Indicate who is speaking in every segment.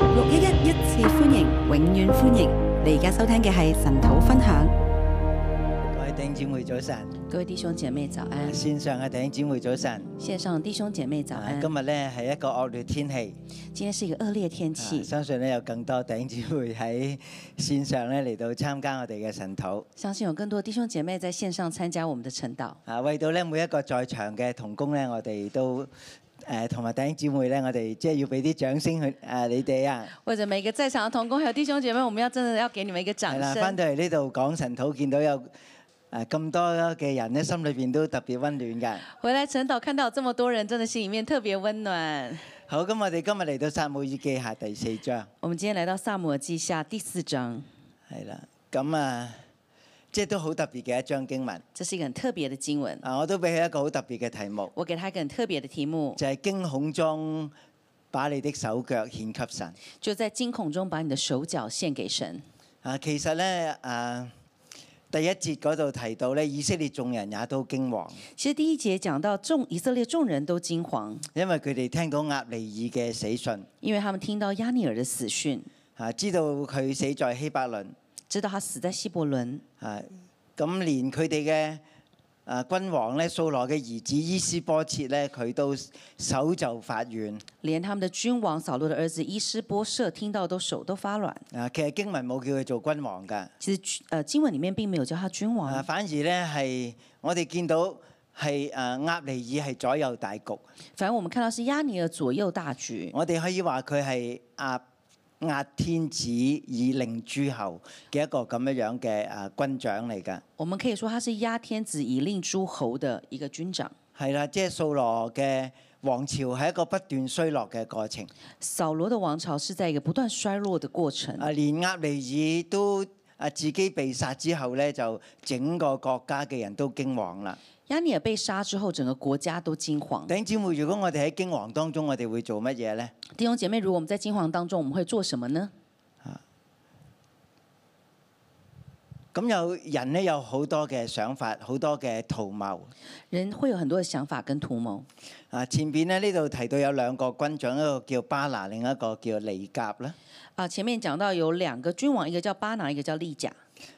Speaker 1: 六一一一次歡迎，永遠歡迎！你而家收聽嘅係神土分享。
Speaker 2: 各位弟兄姊妹早晨，
Speaker 1: 各位弟兄姐妹早安，
Speaker 2: 線上嘅弟兄姊妹早晨。
Speaker 1: 線上弟兄姐妹早
Speaker 2: 啊
Speaker 1: 安。
Speaker 2: 今日咧係一個惡劣天氣，
Speaker 1: 今天是一個惡劣天
Speaker 2: 啊
Speaker 1: 氣，
Speaker 2: 相信咧有更多弟兄姊妹喺線上咧嚟到參加我哋嘅神討。
Speaker 1: 相信有更多弟兄姐妹在線上參加我們的晨禱。
Speaker 2: 啊，為到咧每一個在場嘅同工咧，我哋都誒同埋弟兄姊妹咧，我哋即係要俾啲掌聲去誒你哋啊！
Speaker 1: 或者每個在場的同工還有弟兄姐妹，我們要真的要給你們一個掌
Speaker 2: 係啦，翻
Speaker 1: 聲。
Speaker 2: 到嚟呢度講神討，見到有誒咁多嘅人咧，心裏邊都特別温暖嘅。
Speaker 1: 回來晨禱看到這麼多人，真的心裡面特別溫暖。
Speaker 2: 好，咁我哋今日嚟到撒母耳記下第四章。
Speaker 1: 我們今天來到撒母耳記下第四章，
Speaker 2: 係啦，咁啊，即係都好特別嘅一章經文。
Speaker 1: 這是一個很特別的經文。
Speaker 2: 啊，我都俾佢一個好特別嘅題目，
Speaker 1: 我給他一個很特別的題目，
Speaker 2: 就係、驚恐中把你的手腳獻給神。
Speaker 1: 就在驚恐中把你的手腳獻給神。
Speaker 2: 啊，其實呢，啊，第一節嗰度提到呢，以色列眾人也都驚惶，
Speaker 1: 其實第一節講到眾以色列眾人都驚惶，
Speaker 2: 因為佢哋聽到押尼爾嘅死訊，
Speaker 1: 因為他們聽到押尼珥的死訊，
Speaker 2: 啊，知道佢死在希伯倫，
Speaker 1: 知道他死在希伯倫，
Speaker 2: 啊，咁連佢哋嘅啊君王呢，掃羅嘅兒子伊斯波切呢，佢都手就發軟。
Speaker 1: 連他們的君王掃羅的兒子伊施波設聽到都手都發軟。
Speaker 2: 啊，其實經文冇叫佢做君王㗎。
Speaker 1: 其實呃經文裡面並沒有叫他君王，
Speaker 2: 啊，反而咧係我哋見到係誒押尼爾係左右大局，
Speaker 1: 反正我們看到是押尼珥左右大局，
Speaker 2: 我哋可以話佢係押押天子以令諸侯嘅一個咁樣樣嘅誒軍長嚟㗎。
Speaker 1: 我們可以說他是押天子以令諸侯的一個軍長。
Speaker 2: 係啦，即係掃羅嘅王朝係一個不斷衰落嘅過程。
Speaker 1: 掃羅的王朝是在一個不斷衰落的過程，
Speaker 2: 啊，連押尼爾都啊自己被殺之後咧，就整個國家嘅人都驚惶啦。
Speaker 1: 押尼珥被殺之後，整個國家都驚惶。
Speaker 2: 弟兄姊妹，如果我哋喺驚惶當中，我哋會做乜嘢咧？
Speaker 1: 弟兄姐妹，如果我們在驚惶當中，我們會做什麼呢？
Speaker 2: 咁有人咧有好多嘅想法，好多嘅圖謀。
Speaker 1: 人會有很多的想法跟圖謀。
Speaker 2: 啊，前邊咧呢度提到有兩個軍長，一個叫巴拿，另一個叫利甲啦。
Speaker 1: 啊，前面講到有兩個君王，一個叫巴拿，一個叫利甲。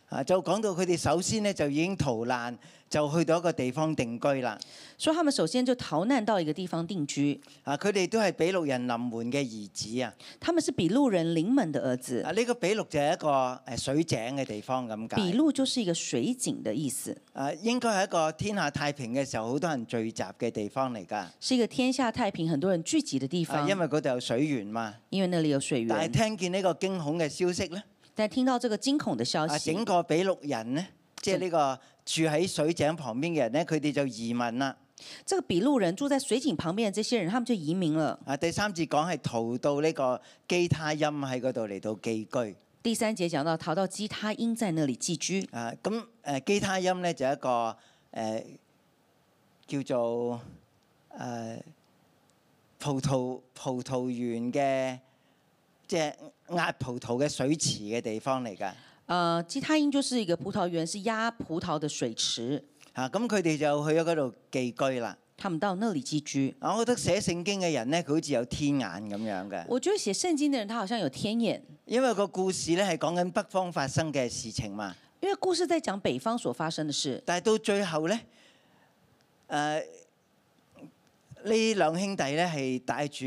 Speaker 2: 啊，就講到佢哋首先咧就已經逃難，就去到一個地方定居啦。
Speaker 1: 說他們首先就逃難到一個地方定居，
Speaker 2: 啊，佢哋都係比錄人臨門嘅兒子啊。
Speaker 1: 他們是比路人臨門的兒子
Speaker 2: 啊，。呢、個比錄就係一個誒水井嘅地方咁
Speaker 1: 比
Speaker 2: 解。
Speaker 1: 路就是一個水井的意思，
Speaker 2: 啊，應該係一個天下太平嘅時候，好多人聚集嘅地方嚟㗎。
Speaker 1: 是一個天下太平、很多人聚集的地
Speaker 2: 啊，
Speaker 1: 方，
Speaker 2: 因為嗰度有水源嘛。
Speaker 1: 因為那裡有水
Speaker 2: 但係
Speaker 1: 源。
Speaker 2: 聽見呢個驚恐嘅消息咧。
Speaker 1: 但聽到這個驚恐的消
Speaker 2: 啊，
Speaker 1: 息
Speaker 2: 整，個比錄人呢，即係呢個住喺水井旁邊嘅人呢，佢哋就移民啦。
Speaker 1: 這個比路人住在水井旁邊的這些人，他們就移民了。
Speaker 2: 啊，第三節講係逃到呢個基他音喺嗰度嚟到寄居。
Speaker 1: 第三節講到逃到基他因，在那裡寄居。
Speaker 2: 啊，咁誒、呃基他音呢，就一個誒、呃叫做誒、呃葡萄葡萄園嘅，即係壓葡萄嘅水池嘅地方嚟㗎。
Speaker 1: 呃，基他因就是一個葡萄園，是壓葡萄的水池，
Speaker 2: 啊，咁佢哋就去咗嗰度寄居啦。
Speaker 1: 他們到那裡寄居。
Speaker 2: 啊，我覺得寫聖經嘅人呢，佢好似有天眼咁樣嘅。
Speaker 1: 我覺得寫聖經的人他好像有天眼，
Speaker 2: 因為個故事咧係講緊北方發生嘅事情嘛，
Speaker 1: 因為故事在講北方所發生的事。
Speaker 2: 但係到最後咧，誒、呢兩兄弟咧係帶住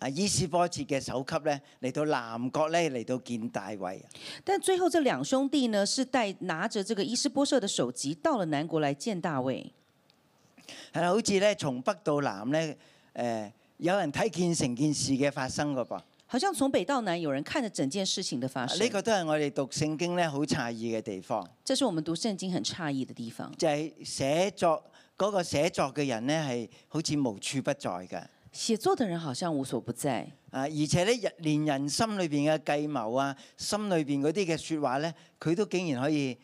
Speaker 2: 啊伊斯波切嘅首級咧嚟到南國咧嚟到見大啊衛，
Speaker 1: 但最後這兩兄弟呢，是帶拿着這個伊施波設的首級到了南國來見大衛。
Speaker 2: 係啦，好似咧從北到南咧誒、有人睇見成件事嘅發生㗎噃，呢、
Speaker 1: 好像從北到南，有人看着整件事情的發生。
Speaker 2: 個都係我哋讀聖經咧好詫異嘅地方，
Speaker 1: 這是我們讀聖經很詫異的地方。
Speaker 2: 就係、寫作嗰、個寫作嘅人咧係好似無處不在嘅。
Speaker 1: 寫作的人好像無所不在，
Speaker 2: 啊！而且咧，人連人心裏邊嘅計謀啊，心裏邊嗰啲嘅説話咧，佢都竟然可以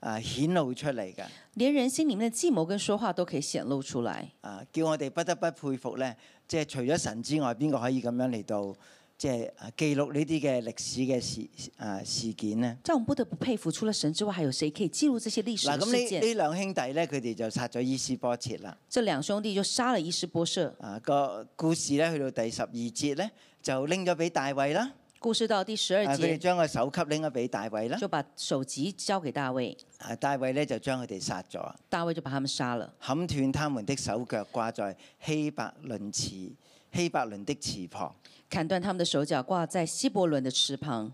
Speaker 2: 啊顯露出嚟㗎。
Speaker 1: 連人心裡面的計謀跟說話都可以顯露出來，
Speaker 2: 啊，叫我哋不得不佩服咧，即係除咗神之外，邊個可以咁樣嚟到即係啊記錄呢啲嘅歷史嘅事啊事件咧。
Speaker 1: 在我们不得不佩服，除了神之外，还有谁可以记录这些历史
Speaker 2: 嗱，
Speaker 1: 的
Speaker 2: 咁
Speaker 1: 事
Speaker 2: 呢
Speaker 1: 件？
Speaker 2: 呢兩兄弟咧，佢哋就殺咗伊斯波切啦。
Speaker 1: 这两兄弟就杀了伊施波设。
Speaker 2: 啊，個故事咧去到第十二節咧，就拎咗俾大衛啦。
Speaker 1: 故事到第十
Speaker 2: 啊，
Speaker 1: 二
Speaker 2: 佢哋
Speaker 1: 节，
Speaker 2: 將個首級拎咗俾大衛啦。
Speaker 1: 就把首级交给大卫，
Speaker 2: 啊，大衛咧就將佢哋殺咗，
Speaker 1: 大卫就把他们殺了，
Speaker 2: 砍斷他們的手腳，掛在希伯倫池希伯倫的池旁。
Speaker 1: 砍断他们的手脚，挂在希伯伦的池旁。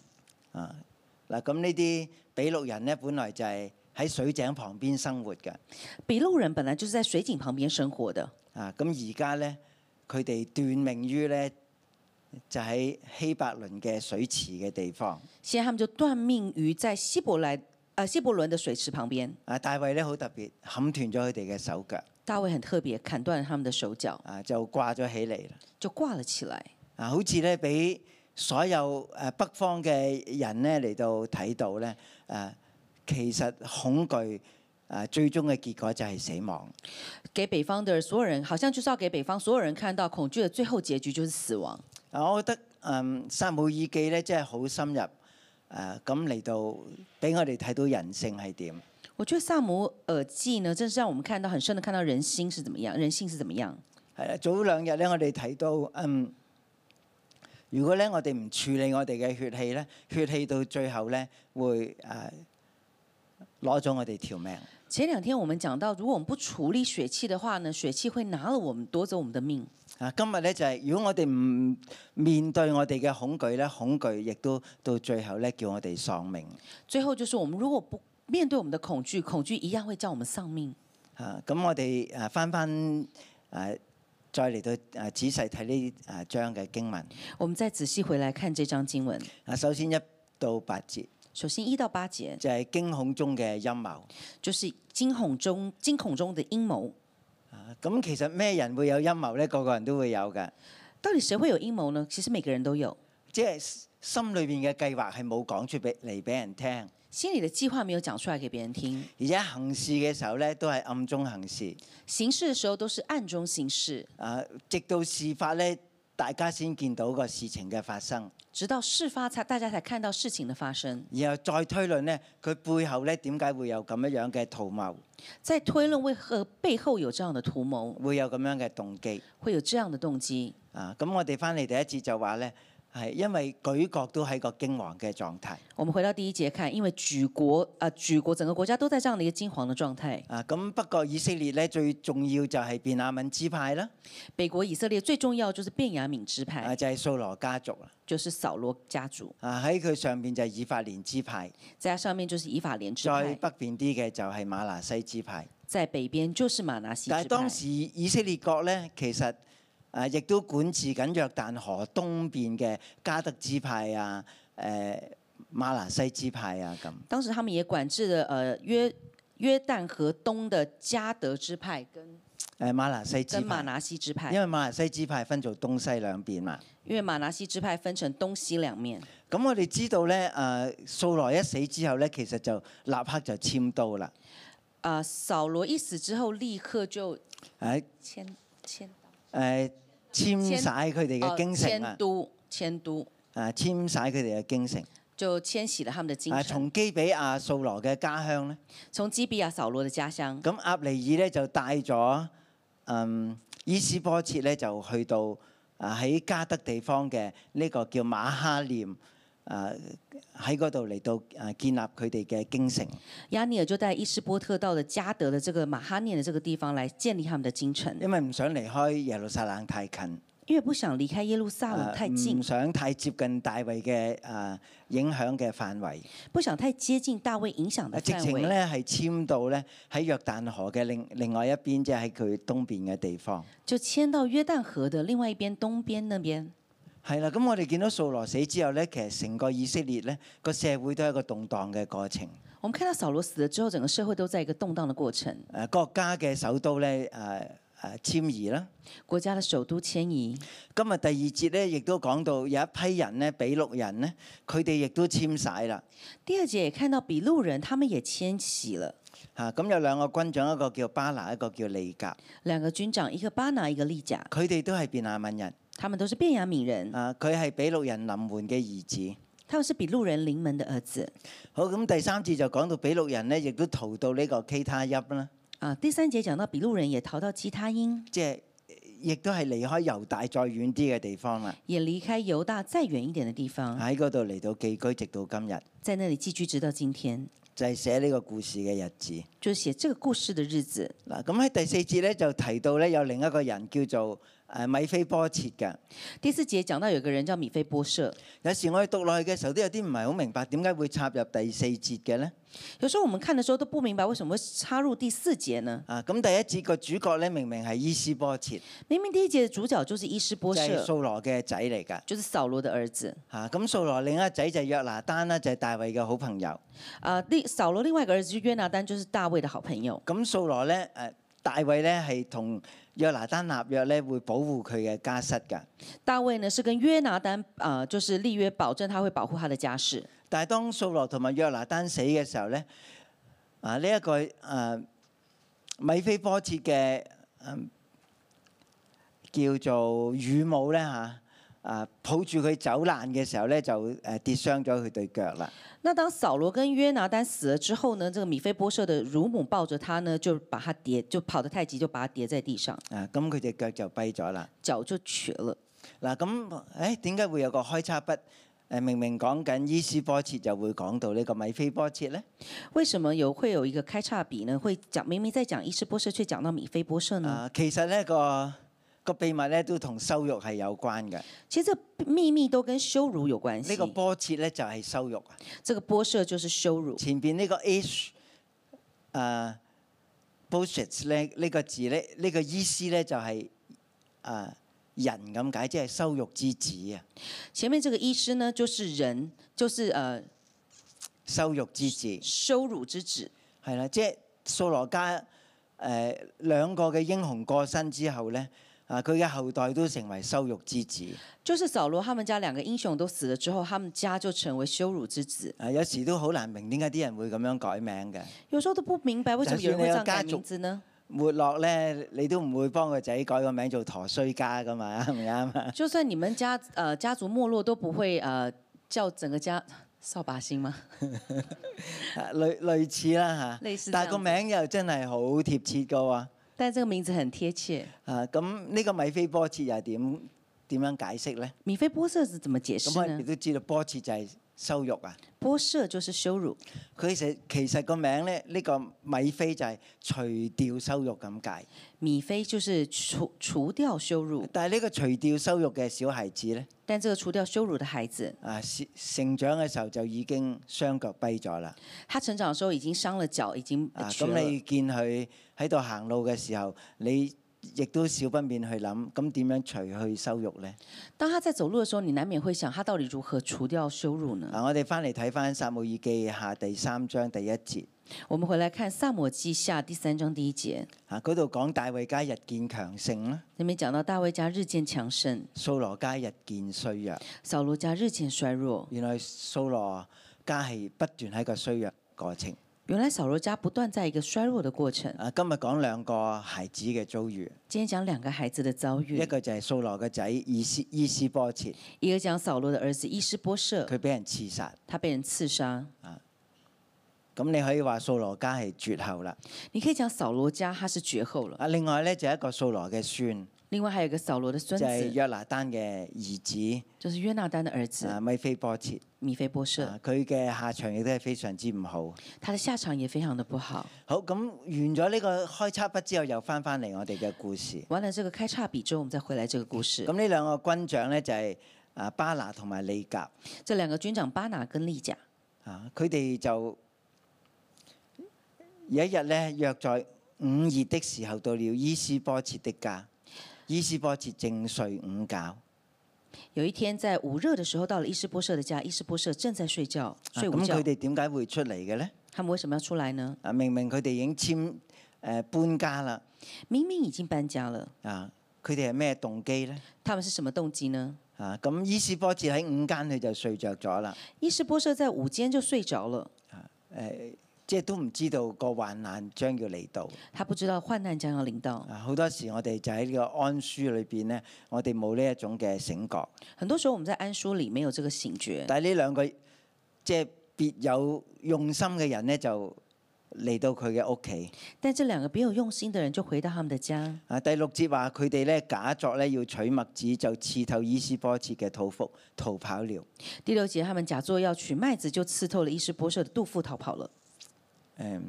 Speaker 2: 啊，嗱，咁呢啲比錄人咧，本來就係喺水井旁邊生活嘅。
Speaker 1: 比路人本来就是在水井旁边生活的，
Speaker 2: 啊，咁而家咧，佢哋斷命於咧，就喺希伯倫嘅水池嘅地方。
Speaker 1: 现在他们就断命于在希伯来呃希伯伦的水池旁边。
Speaker 2: 啊，大衛咧好特別，砍斷咗佢哋嘅手腳，
Speaker 1: 大卫很特別，砍斷了他們的手腳，
Speaker 2: 啊就掛咗起嚟啦。
Speaker 1: 就掛了起來，
Speaker 2: 啊，好似咧俾所有誒北方嘅人咧嚟到睇到咧，誒、其實恐懼誒、啊最終嘅結果就係死亡。
Speaker 1: 给北方的所有人，好像就是要给北方所有人看到，恐惧的最後結局就是死亡。
Speaker 2: 啊，我覺得嗯撒母耳記咧真係好深入誒，啊咁嚟到俾我哋睇到人性係點。
Speaker 1: 我覺得萨姆耳記呢，真是讓我們看到很深的看到人心是怎麼樣，人性是怎麼樣。
Speaker 2: 係啦，早兩日咧，我哋睇到嗯，如果咧我哋唔處理我哋嘅血氣咧，血氣到最後咧會誒啊攞咗我哋條命。
Speaker 1: 前兩天我們講到，如果我們不處理血氣的話呢，血氣會拿了我們奪走我們的命。
Speaker 2: 啊，今日咧就係、如果我哋唔面對我哋嘅恐懼咧，恐懼亦都到最後咧叫我哋喪命。
Speaker 1: 最後就是我們如果不面對我們的恐懼，恐懼一樣會叫我們喪命。
Speaker 2: 啊，咁我哋啊翻翻啊再嚟到啊仔細睇呢啊章嘅經文。
Speaker 1: 我們再仔細回來看這章經文，
Speaker 2: 啊，首先一到八節
Speaker 1: 首先一到八節
Speaker 2: 就係、驚恐中嘅陰謀。
Speaker 1: 就是驚恐中驚恐中的陰謀。
Speaker 2: 啊咁其實咩人會有陰謀咧？個個人都會有嘅，
Speaker 1: 到底誰會有陰謀呢？其實每個人都有，
Speaker 2: 即係心裏邊嘅計劃係冇講出俾嚟俾人聽，而
Speaker 1: 心裡的計劃沒有講出來給別人聽，
Speaker 2: 且行事嘅時候咧都係暗中行事。
Speaker 1: 行事的時候都是暗中行事，
Speaker 2: 啊，直到事發咧，大家先見到個事情嘅發生，
Speaker 1: 直到事發才大家才看到事情的發生，
Speaker 2: 然後再推論咧，佢背後咧點解會有咁樣樣嘅圖謀，
Speaker 1: 在推論為何背後有這樣的圖謀，
Speaker 2: 會有咁樣嘅動機。
Speaker 1: 會有這樣的動機。
Speaker 2: 啊，咁我哋翻嚟第一節就話咧，係因為舉國都喺個驚惶嘅狀態。
Speaker 1: 我們回到第一節看，因為舉國啊、舉國整個國家都在這樣的一個驚惶的狀態。
Speaker 2: 啊，咁不過以色列咧最重要就係便雅敏支派啦，
Speaker 1: 北國以色列最重要就是便雅憫支
Speaker 2: 啊
Speaker 1: 派，
Speaker 2: 就係、掃羅家族啦。
Speaker 1: 就是掃羅家族，
Speaker 2: 啊，喺佢上邊就係以法蓮支派，
Speaker 1: 在它上面就是以法蓮支
Speaker 2: 再
Speaker 1: 派，
Speaker 2: 北邊啲嘅就係馬拿西支派。
Speaker 1: 在北邊就是馬拿西
Speaker 2: 但係
Speaker 1: 支派
Speaker 2: 當。時以色列國咧，其實啊，亦都管治緊約旦河東邊嘅加德支派啊、誒、馬拿西支派啊咁。
Speaker 1: 当时他们也管制了呃约约旦河东的加德支派跟
Speaker 2: 誒呃馬拿西支
Speaker 1: 跟马
Speaker 2: 派，
Speaker 1: 拿西支派，
Speaker 2: 因為馬拿西支派分做東西兩邊嘛。
Speaker 1: 因为马拿西支派分成東西兩面。
Speaker 2: 咁我哋知道咧，誒、掃羅一死之後咧，其實就立刻就遷都啦。
Speaker 1: 啊、掃羅一死之後，立刻就
Speaker 2: 誒、
Speaker 1: 遷遷
Speaker 2: 誒遷
Speaker 1: 遷
Speaker 2: 徙呃佢哋
Speaker 1: 哦
Speaker 2: 嘅京城
Speaker 1: 遷
Speaker 2: 啊，
Speaker 1: 都遷都
Speaker 2: 誒遷徙佢哋嘅京城。
Speaker 1: 就遷徙了他們的京
Speaker 2: 啊，
Speaker 1: 城，
Speaker 2: 從基比亞掃羅嘅家鄉咧。
Speaker 1: 從基比亞掃羅的家鄉。
Speaker 2: 咁鴨尼爾咧就帶咗嗯伊斯波切咧就去到啊喺加德地方嘅呢個叫馬哈念啊喺嗰度嚟到啊建立佢哋嘅京城
Speaker 1: 亞尼爾就帶伊施波特到了加德的這個馬哈念的這個地方來建立他們的京城，
Speaker 2: 因為唔想離開耶路撒冷太近，
Speaker 1: 因為不想離開耶路撒冷
Speaker 2: 啊
Speaker 1: 太
Speaker 2: 唔
Speaker 1: 近，
Speaker 2: 想太接近大衛嘅啊影響嘅範圍，
Speaker 1: 不想太接近大衛影響
Speaker 2: 啊
Speaker 1: 的
Speaker 2: 直
Speaker 1: 範
Speaker 2: 情
Speaker 1: 圍。
Speaker 2: 咧係遷到咧喺約旦河嘅另另外一邊，即係喺佢東邊嘅地方。
Speaker 1: 就迁到约旦河的另外一邊東邊那邊。
Speaker 2: 係啦，咁我哋見到掃羅死之後咧，其實成個以色列咧個社會都係一個動盪嘅過程。
Speaker 1: 我們看到掃羅死了之後，整個社會都在一個動盪的過程，
Speaker 2: 誒、國呃家嘅首都咧誒誒遷移啦。
Speaker 1: 國家的首都遷移。
Speaker 2: 今日第二節咧，亦都講到有一批人咧，比錄人咧，佢哋亦都遷徙啦。
Speaker 1: 第二節也看到比路人他們也遷徙了，
Speaker 2: 嚇、啊咁有兩個軍長，一個叫巴拿，一個叫利甲，
Speaker 1: 兩個軍長，一個巴拿，一個利甲，
Speaker 2: 佢哋都係便雅憫人。
Speaker 1: 他们都是便雅悯人，
Speaker 2: 啊，佢係比錄人臨門嘅兒子。
Speaker 1: 他们是比路人临门的儿子。
Speaker 2: 好，咁第三節就講到比錄人咧，亦都逃到呢個基他邑啦，
Speaker 1: 啊，第三节讲到比路人也逃到基他因，
Speaker 2: 即係亦都係離開猶大再遠啲嘅地方啦，
Speaker 1: 也离开犹大再远一点的地方，
Speaker 2: 喺嗰度嚟到寄居，直到今日，
Speaker 1: 在那里寄居直到今天，
Speaker 2: 就係寫呢個故事嘅日子。
Speaker 1: 就是写這个故事的日子。
Speaker 2: 嗱，咁喺第四節咧就提到咧有另一個人叫做誒米菲波切嘅。
Speaker 1: 第四节講到有個人叫米菲波舍，
Speaker 2: 有時我哋讀落去嘅時候都有啲唔係好明白點解會插入第四節嘅咧。
Speaker 1: 有時候我們看的時候都不明白為什麼會插入第四节呢？
Speaker 2: 啊，咁第一節個主角咧明明係伊斯波切，
Speaker 1: 明明第一节的主角就是伊施波
Speaker 2: 就係
Speaker 1: 舍，
Speaker 2: 掃羅嘅仔嚟㗎。
Speaker 1: 就是掃羅的兒子。
Speaker 2: 嚇，咁掃羅另一個仔就係約拿單啦，就係大衛嘅好朋友。
Speaker 1: 啊，另掃羅另外一個兒子就是約拿丹，就是大衛的好朋友。
Speaker 2: 咁掃羅咧誒，大衛咧係同約拿單立約咧，會保護佢嘅家室㗎。
Speaker 1: 大衛呢是跟約拿丹啊、呃就是立約保證他會保護他的家室。
Speaker 2: 但係當掃羅同埋約拿單死嘅時候咧，啊呢一、個誒、啊米菲波切嘅誒叫做乳母咧嚇，啊抱住佢走難嘅時候咧就誒跌傷咗佢對腳啦。
Speaker 1: 那當掃羅跟約拿丹死了之後呢，這個米菲波設的乳母抱着他呢，就把他跌，就跑得太急，就把他跌在地上，
Speaker 2: 啊咁佢只腳就跛咗啦。
Speaker 1: 腳就瘸了。
Speaker 2: 嗱咁誒點解會有個開叉筆？誒明明講緊伊斯波切就會講到呢個米菲波切咧，
Speaker 1: 為什麼有會有一個開叉比呢？會講明明在講伊施波設，卻講到米菲波設呢？
Speaker 2: 啊其實咧個個秘密咧都同羞辱係有關嘅。
Speaker 1: 其實這秘密都跟羞辱有關係。
Speaker 2: 呢個波切咧就係羞辱啊！
Speaker 1: 這個波設就是羞辱。
Speaker 2: 前邊呢個 H 啊 bullshit 咧呢個字咧，呢、個意思咧就係、啊人咁解，即係羞辱之子啊，
Speaker 1: 前面這個醫師呢，就是人，就是呃
Speaker 2: 羞辱之子
Speaker 1: 羞辱之子。
Speaker 2: 係啦，即係掃羅家誒、兩個嘅英雄過身之後咧，啊佢嘅後代都成為羞辱之子
Speaker 1: 就是掃羅他們家兩個英雄都死了之後，他們家就成為羞辱之子。
Speaker 2: 啊，有時都好難明點解啲人會咁樣改名嘅。
Speaker 1: 有時候都不明白為什麼有人會這樣改名字呢？
Speaker 2: 沒落咧，你都唔會幫個仔改個名做陀衰家噶嘛，啱唔啱啊？
Speaker 1: 就算你們家呃家族沒落都不會呃叫整個家扫把星吗？
Speaker 2: 類類啊似啦
Speaker 1: 類似
Speaker 2: 嚇，但係個
Speaker 1: 這樣
Speaker 2: 名又真係好貼切嘅喎。
Speaker 1: 但這個名字很貼切。
Speaker 2: 啊，咁呢個米菲波切又點點樣解釋咧？
Speaker 1: 米菲波設是怎麼解
Speaker 2: 咁我
Speaker 1: 釋
Speaker 2: 哋
Speaker 1: 呢？
Speaker 2: 都知道波切就係羞辱啊。
Speaker 1: 波設就是羞辱，
Speaker 2: 佢其實其實個名咧，呢、個米菲就係除掉羞辱咁解。
Speaker 1: 米菲就是除除掉羞辱，
Speaker 2: 但係呢個除掉羞辱嘅小孩子咧，
Speaker 1: 但這個除掉羞辱的孩子，
Speaker 2: 啊是成長嘅時候就已經雙腳跛咗啦。
Speaker 1: 他成長的時候已經傷了腳，已經
Speaker 2: 啊，
Speaker 1: 瘸
Speaker 2: 咁
Speaker 1: 了。
Speaker 2: 你見佢喺度行路嘅時候，你亦都少不免去諗，咁點樣除去羞辱咧？
Speaker 1: 当他在走路的时候，你難免會想，他到底如何除掉羞辱呢？
Speaker 2: 嗱，啊我哋翻嚟睇翻《撒母耳記下》第三章第一節，
Speaker 1: 我們回來看《撒母耳記下》第三章第一節，
Speaker 2: 啊，嗰度講大衛家日見強盛啦，
Speaker 1: 那邊講到大衛家日漸強盛，
Speaker 2: 掃羅家日見衰弱。
Speaker 1: 掃羅家日漸衰弱。
Speaker 2: 原來掃羅家係不斷喺個衰弱過程。
Speaker 1: 原來掃羅家不斷在一個衰弱的過程。
Speaker 2: 啊，今日講兩個孩子嘅遭遇，
Speaker 1: 今天講兩個孩子的遭遇
Speaker 2: 一，個就係掃羅嘅仔以斯伊斯波切，
Speaker 1: 一個講掃羅的兒子伊施波設，
Speaker 2: 佢俾人刺殺。
Speaker 1: 他被人刺殺。
Speaker 2: 咁你可以話掃羅家係絕後啦。
Speaker 1: 你可以講掃羅家他是絕後了。
Speaker 2: 啊，另外咧就一個掃羅嘅孫，
Speaker 1: 另外還有一個掃羅的
Speaker 2: 就
Speaker 1: 孫
Speaker 2: 係
Speaker 1: 子，
Speaker 2: 約拿單嘅兒
Speaker 1: 就是約拿丹的兒
Speaker 2: 子
Speaker 1: 子
Speaker 2: 啊米菲波切。
Speaker 1: 米菲波設，
Speaker 2: 啊佢嘅下場亦都係非常之唔好。
Speaker 1: 他的下場也非常的不好。
Speaker 2: 好，咁完咗呢個開叉筆之後，又翻翻嚟我哋嘅故事。
Speaker 1: 完了這個開叉比之後，我們再回來這個故事
Speaker 2: 咁。呢兩個軍長咧就係、啊巴拿同埋利甲。
Speaker 1: 这兩個軍長巴拿跟利甲，
Speaker 2: 啊，佢哋就有一日咧，約在午夜的時候到了伊斯波切的家。伊斯波切正睡午啊覺，
Speaker 1: 有一天在午熱的時候到了伊施波設的家，伊施波設正在睡覺，睡午
Speaker 2: 咁
Speaker 1: 覺。
Speaker 2: 佢哋點解會出嚟嘅咧？
Speaker 1: 他們為什麼要出來呢？
Speaker 2: 啊，明明佢哋已經簽誒、呃搬家啦，
Speaker 1: 明明已經搬家了，
Speaker 2: 啊，佢哋係咩動機咧？
Speaker 1: 他們是什麼動機呢？
Speaker 2: 啊，咁伊斯波切喺午間佢就睡着咗啦。
Speaker 1: 伊施波設在午間就睡着了，
Speaker 2: 即係都唔知道個患難將要嚟到。
Speaker 1: 他不知道患难将要临到。
Speaker 2: 啊好多時我哋就喺呢個安舒裏邊咧，我哋冇呢一種嘅醒覺。
Speaker 1: 很多时候我们在安舒里没有这个醒觉，
Speaker 2: 但係呢兩個即係別有用心嘅人咧，就嚟到佢嘅屋企。
Speaker 1: 但这两个别有用心的人就回到他们的家。
Speaker 2: 啊，第六節話佢哋咧假作咧要取麥子，就刺透伊斯波切嘅肚腹，逃跑了。
Speaker 1: 第六节，他们假作要取麦子，就刺透了伊施波设的肚腹，逃跑了。
Speaker 2: 誒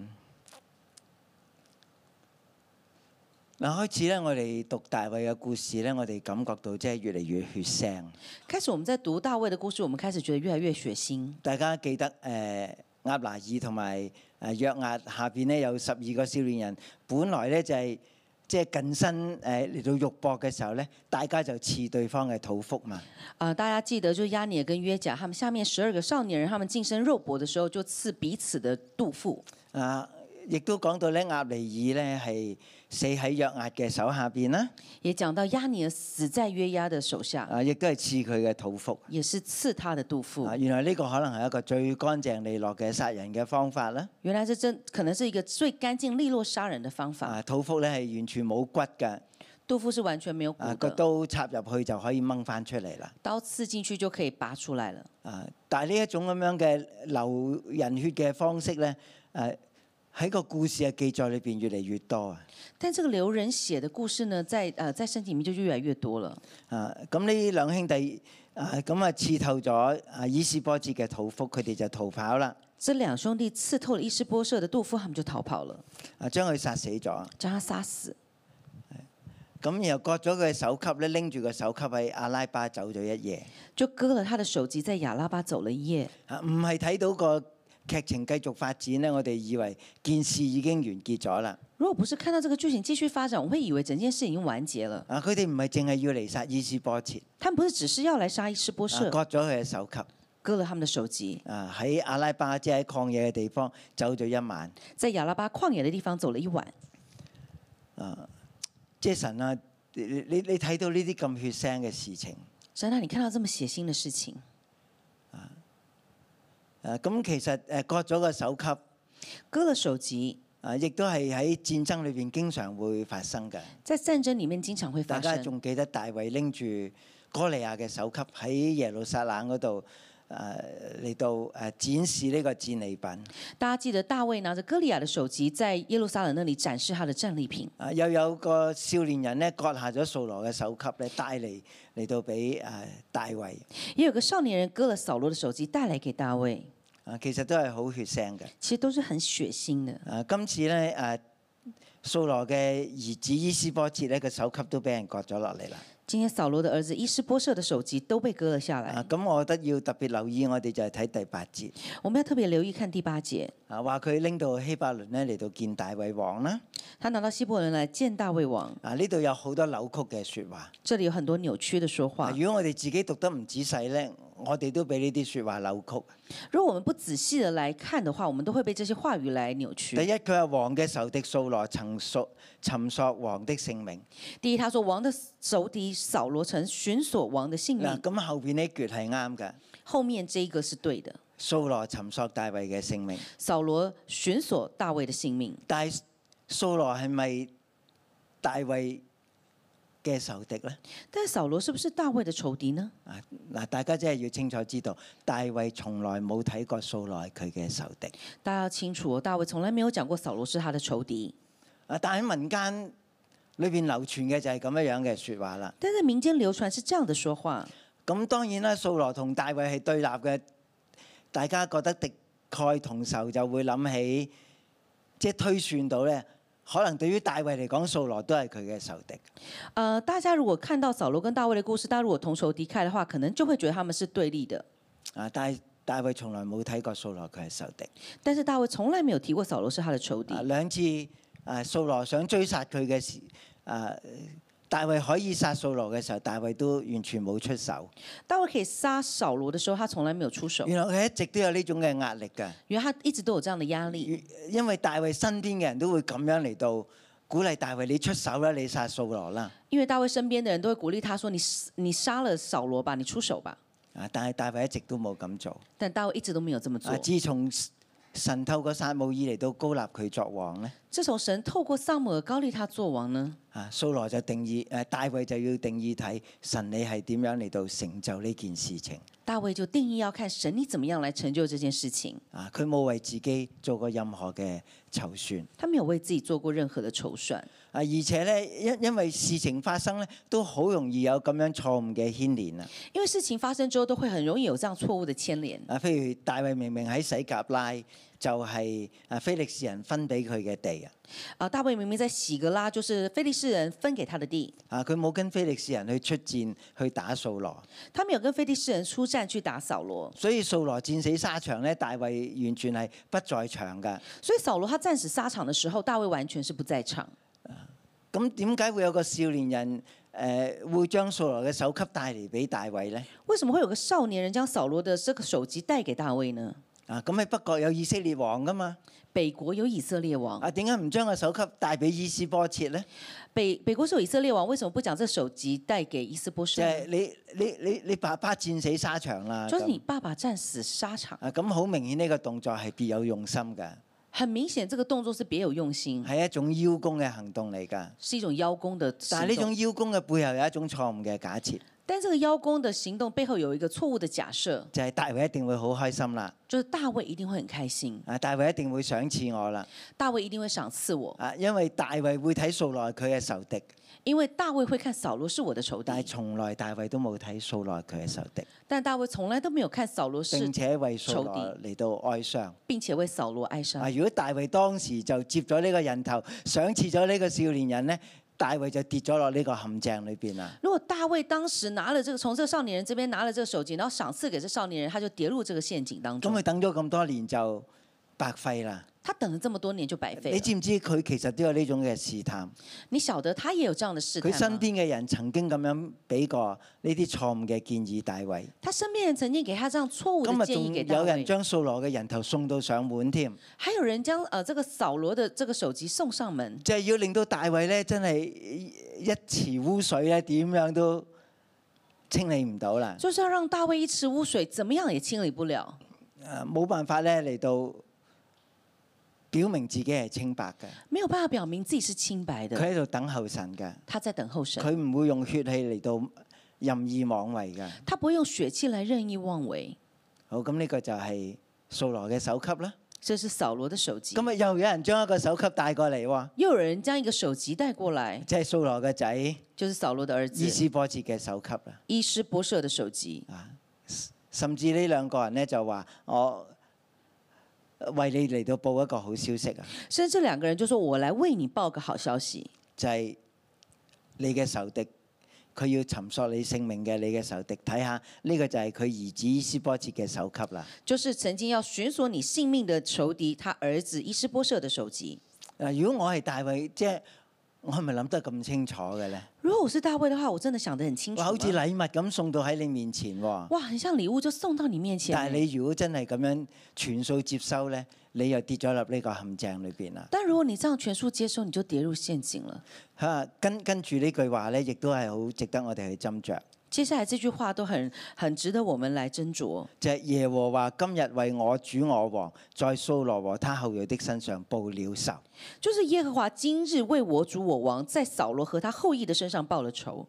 Speaker 2: 嗱，開始咧，我哋讀大衛嘅故事咧，我哋感覺到即係越嚟越血腥。
Speaker 1: 开始我们在读大卫的故事，我们开始觉得越来越血腥。
Speaker 2: 大家記得誒、呃、亞拿爾同埋誒約押下邊咧有十二個少年人，本來咧就係即係近身誒呃嚟到肉搏嘅時候咧，大家就刺對方嘅肚腹嘛。
Speaker 1: 啊、大家记得，就是亚尼尔跟约甲他们下面十二个少年人，他们近身肉搏的时候，就刺彼此的肚腹。
Speaker 2: 啊，亦都講到咧亞尼爾咧係死喺約押嘅手下邊啦，
Speaker 1: 也讲到亚尼尔死在约押的手下，
Speaker 2: 啊，亦都係刺佢嘅肚腹。
Speaker 1: 也是刺他的肚腹
Speaker 2: 啊，。原來呢個可能係一個最乾淨利落嘅殺人嘅方法啦。
Speaker 1: 原来这真可能是一个最干净利落杀人的方法。
Speaker 2: 啊，肚腹咧係完全冇骨㗎，
Speaker 1: 肚腹是完全没有骨
Speaker 2: 啊個
Speaker 1: 的，
Speaker 2: 刀插入去就可以掹翻出嚟啦。
Speaker 1: 刀刺进去就可以拔出来了。
Speaker 2: 啊！但係呢一種咁樣嘅流人血嘅方式咧，誒、喺個故事嘅記載裏邊越嚟越多啊！
Speaker 1: 但这个流人血的故事呢，在呃在身体里面就越来越多了。
Speaker 2: 啊，咁呢兩兄弟啊，咁啊刺透咗啊伊斯波捷嘅肚腹，佢哋就逃跑啦，
Speaker 1: 这两兄弟刺透了伊施波设的肚腹，他们就逃跑了，
Speaker 2: 啊將佢殺死咗，
Speaker 1: 将他杀死。
Speaker 2: 咁然後割咗佢嘅首級咧，拎住個首級喺阿拉巴走咗一夜，
Speaker 1: 就割了他的首级，在亚拉巴走了一夜。
Speaker 2: 啊唔係睇到個劇情繼續發展咧，我哋以為件事已經完結咗啦。
Speaker 1: 如果不是看到这个剧情继续发展，我会以为整件事已经完结了。
Speaker 2: 啊，佢哋唔係淨係要嚟殺伊斯波捷，
Speaker 1: 他们不是只哦是要来杀伊施波
Speaker 2: 啊
Speaker 1: 设，
Speaker 2: 割咗佢嘅首級。
Speaker 1: 割了他们的首级，
Speaker 2: 啊喺阿拉巴即係喺曠野嘅地方走咗一晚，
Speaker 1: 在亚拉巴旷野的地方走了一晚。
Speaker 2: 即係神啊！你你你睇到呢啲咁血腥嘅事情，
Speaker 1: 神啊，你看到这么血腥的事情，
Speaker 2: 誒啊咁其實誒割咗個首級，
Speaker 1: 割了首级，
Speaker 2: 啊亦都係喺戰爭裏邊經常會發生嘅。
Speaker 1: 在战争里面经常会
Speaker 2: 大
Speaker 1: 发
Speaker 2: 家
Speaker 1: 生。
Speaker 2: 仲記得大衛拎住哥利亞嘅首級喺耶路撒冷嗰度誒嚟到誒展示呢個戰利品，
Speaker 1: 大家记得大卫拿着歌利亚的首级，在耶路撒冷那里展示他的战利品。
Speaker 2: 啊又有個少年人咧割下咗掃羅嘅首級咧帶嚟嚟到俾誒大衛，
Speaker 1: 也有个少年人割了扫罗的首级，带来给大卫。
Speaker 2: 啊其實都係好血腥嘅。
Speaker 1: 其实都是很血腥的。
Speaker 2: 啊，今次咧誒，掃羅嘅兒子伊斯波切咧個首級都俾人割咗落嚟啦。
Speaker 1: 今天扫罗的儿子伊施波设的首级都被割了下
Speaker 2: 啊，
Speaker 1: 来。
Speaker 2: 咁我覺得要特別留意，我哋就係睇第八節
Speaker 1: 我们要特别留意看第八节，
Speaker 2: 啊，話佢拎到希伯倫咧嚟到見大衛王啦。
Speaker 1: 他拿到希伯伦来见大卫王，
Speaker 2: 啊，呢度有好多扭曲嘅説話。
Speaker 1: 这里有很多扭曲的说
Speaker 2: 啊
Speaker 1: 话，。
Speaker 2: 如果我哋自己讀得唔仔細咧，我哋都俾呢啲説話扭曲。
Speaker 1: 如果我们不仔细的来看的话，我们都会被这些话语来扭
Speaker 2: 第
Speaker 1: 曲。
Speaker 2: 一，佢話王嘅仇敵掃羅曾索尋索王的性命。
Speaker 1: 第一，他说王的仇敌扫罗城寻索王的性
Speaker 2: 嗱，
Speaker 1: 命，
Speaker 2: 咁後邊呢橛係啱嘅，
Speaker 1: 后面这一个是對的，
Speaker 2: 掃羅尋索大衛嘅性命。
Speaker 1: 扫罗寻索大卫的性命。
Speaker 2: 但係掃羅係咪大衛嘅仇敵呢？
Speaker 1: 但扫罗是不是大卫的仇敌呢？
Speaker 2: 啊嗱，大家真係要清楚知道，大衛從來冇睇過掃羅係佢嘅仇敵。
Speaker 1: 大家要清楚哦，大卫从来没有讲过扫罗是他的仇敌。
Speaker 2: 啊，但喺民間裏邊流傳嘅就係咁樣樣嘅説話啦。
Speaker 1: 但在民间流传是这样的说话：
Speaker 2: 咁當然啦，掃羅同大衛係對立嘅，大家覺得敵愾同仇就會諗起，即係推算到呢，可能對於大衛嚟講，掃羅都係佢嘅仇敵。
Speaker 1: 呃，大家如果看到扫罗跟大卫的故事，大家如果同仇敌忾的话，可能就会觉得他们是对立的。
Speaker 2: 啊，但係大衛從來冇睇過掃羅佢係仇敵。
Speaker 1: 但是大卫從來沒有提過掃羅是他的仇敵
Speaker 2: 啊。兩次啊，掃羅想追殺佢嘅時，啊大衛可以殺掃羅嘅時候，大衛都完全冇出手。
Speaker 1: 大卫可以殺掃羅的時候，他從來沒有出手，
Speaker 2: 原來佢一直都有呢種嘅壓力㗎，
Speaker 1: 原來他一直都有這樣的壓力，
Speaker 2: 因為大衛身邊嘅人都會咁樣嚟到鼓勵大衛：你出手啦，你殺掃羅啦。
Speaker 1: 因為大衛身邊的人都會鼓勵他說：“你死你殺了掃羅吧，你出手吧。
Speaker 2: 啊！但係大衛一直都冇咁做。”啊
Speaker 1: 但大衛一直都沒有這麼做
Speaker 2: 啊！。自從神透過撒母耳嚟到高立佢作王咧？
Speaker 1: 自從神透過撒母耳高利他作王呢，
Speaker 2: 啊，掃羅就定義誒、呃大衛就要定義睇神你係點樣嚟到成就呢件事情
Speaker 1: 大衛就定義要看神你怎麼樣來成就這件事情。
Speaker 2: 啊！佢冇為自己做過任何嘅籌算
Speaker 1: 他沒有為自己做過任何的籌算，
Speaker 2: 啊，而且咧因因為事情發生咧，都好容易有咁樣錯誤嘅牽連啊！
Speaker 1: 因為事情發生之後都會很容易有這樣錯誤的牽連。
Speaker 2: 啊，譬如大衛明明喺洗甲拉就係、啊非利士人分俾佢嘅地啊，
Speaker 1: 啊，大衛明明在喜格拉，就是非利士人分給他的地，
Speaker 2: 啊佢冇跟非利士人去出戰去打掃羅，
Speaker 1: 他沒有跟非利士人出戰去打掃羅，
Speaker 2: 所以掃羅戰死沙場咧，大衛完全係不在場㗎。
Speaker 1: 所以掃羅他戰死沙場的時候，大衛完全是不在場。
Speaker 2: 咁點解會有個少年人誒、呃、會將掃羅嘅首級帶嚟俾大衛呢？
Speaker 1: 為什麼會有個少年人將掃羅的這個首級帶給大衛呢？
Speaker 2: 啊，咁喺北國有以色列王㗎嘛？
Speaker 1: 北國有以色列王，
Speaker 2: 啊，點解唔將個首級帶俾伊斯波切呢？
Speaker 1: 北北國是有以色列王，為什麼不將這首級帶給伊斯波
Speaker 2: 就
Speaker 1: 設
Speaker 2: 係
Speaker 1: 呢？
Speaker 2: 你你你你爸爸戰死沙場 啦。
Speaker 1: 就是
Speaker 2: 咁
Speaker 1: 你爸爸戰死沙場，
Speaker 2: 啊，咁好明顯呢個動作係別有用心㗎，
Speaker 1: 很明顯這個動作是別有用心，
Speaker 2: 係一種邀功嘅行動嚟㗎。
Speaker 1: 是一種邀功的行
Speaker 2: 但係
Speaker 1: 動。
Speaker 2: 呢種邀功嘅背後有一種錯誤嘅假設，
Speaker 1: 但這個邀功的行動背後有一個錯誤的假設，
Speaker 2: 就係、大衛一定會好開心啦，
Speaker 1: 就是大衛一定會很開心，
Speaker 2: 啊，大衛一定會賞賜我啦，
Speaker 1: 大衛一定會賞賜我，
Speaker 2: 啊，因為大衛會睇掃羅佢嘅仇敵，
Speaker 1: 因為大衛會看掃羅是我的仇敵
Speaker 2: 但，係從來大衛都冇睇掃羅佢嘅仇敵，
Speaker 1: 但大衛從來都沒有看掃羅是
Speaker 2: 並，且為掃
Speaker 1: 仇
Speaker 2: 羅
Speaker 1: 敵
Speaker 2: 嚟到哀傷。
Speaker 1: 並且為掃羅哀傷
Speaker 2: 啊！。如果大衛當時就接咗呢個人頭，賞賜咗呢個少年人呢，大衛就跌咗落呢個陷阱裏邊啦。
Speaker 1: 如果大衛當時拿了這個，從這個少年人這邊拿了這個手機，然後賞賜給這少年人，他就跌入這個陷阱當
Speaker 2: 咁
Speaker 1: 中
Speaker 2: 佢。等咗咁多年就白費啦。
Speaker 1: 他等了這麼多年就白費
Speaker 2: 你
Speaker 1: 了。
Speaker 2: 知唔知佢其實都有呢種嘅試探？
Speaker 1: 你曉得他也有這樣的試探
Speaker 2: 佢
Speaker 1: 嗎
Speaker 2: 身邊嘅人曾經咁樣俾過呢啲錯誤嘅建議大衛。
Speaker 1: 他身邊人曾經給他這樣錯誤
Speaker 2: 今
Speaker 1: 的
Speaker 2: 日
Speaker 1: 建議
Speaker 2: 仲
Speaker 1: 給大
Speaker 2: 有人
Speaker 1: 衛，
Speaker 2: 將掃羅嘅人頭送到上門添，
Speaker 1: 還有人將呃這個掃羅的這個手機送上門，
Speaker 2: 就係要令到大衛呢真係一池污水呢點樣都清理唔到啦。
Speaker 1: 就是要讓大衛一池污水，怎麼樣也清理不了，
Speaker 2: 誒呃冇辦法咧嚟到表明自己係清白嘅，
Speaker 1: 沒有辦法表明自己是清白的。
Speaker 2: 佢喺度等候神嘅，
Speaker 1: 他在等候神，
Speaker 2: 佢唔會用血氣嚟到任意妄為嘅。
Speaker 1: 他不會用血氣來任意妄為。
Speaker 2: 好，咁呢個就係掃羅嘅首級啦。
Speaker 1: 這是掃羅的手機。
Speaker 2: 咁啊，又有人將一個首級帶過嚟喎，
Speaker 1: 又有人將一個手機帶過來，
Speaker 2: 即係掃羅嘅仔
Speaker 1: 就是啊掃羅的兒
Speaker 2: 伊
Speaker 1: 子
Speaker 2: 斯波切嘅首級啦。
Speaker 1: 伊施波設的手機。
Speaker 2: 甚至呢兩個人呢，就話我為你嚟到報一個好消息啊，
Speaker 1: 甚至兩個人就說：“我來為你報個好消息，
Speaker 2: 就係、你嘅仇敵，佢要尋索你性命嘅，你嘅仇敵，睇下呢個就係佢兒子伊斯波切嘅首級啦。
Speaker 1: 就是曾經要尋索你性命的仇敵，他兒子伊施波設的手機。
Speaker 2: 嗱，如果我係大衛，即係我係咪諗得咁清楚嘅咧？
Speaker 1: 如果我是大衛的話，我真的想得很清楚
Speaker 2: 哇，
Speaker 1: 啊。
Speaker 2: 好似禮物咁送到喺你面前喎。
Speaker 1: 哇，很像禮物就送到你面前。
Speaker 2: 但係你如果真係咁樣全數接收咧，你又跌咗入呢個陷阱裏邊啦。
Speaker 1: 但如果你這樣全數接收，你就跌入陷阱了。
Speaker 2: 嚇，跟跟住呢句話咧，亦都係好值得我哋去斟酌。
Speaker 1: 接下來這句話都很很值得我們來斟酌。
Speaker 2: 就係耶和華今日為我主我王，在掃羅和他後裔的身上報了仇。
Speaker 1: 就是耶和華今日為我主我王，在掃羅和他後裔的身上報了仇。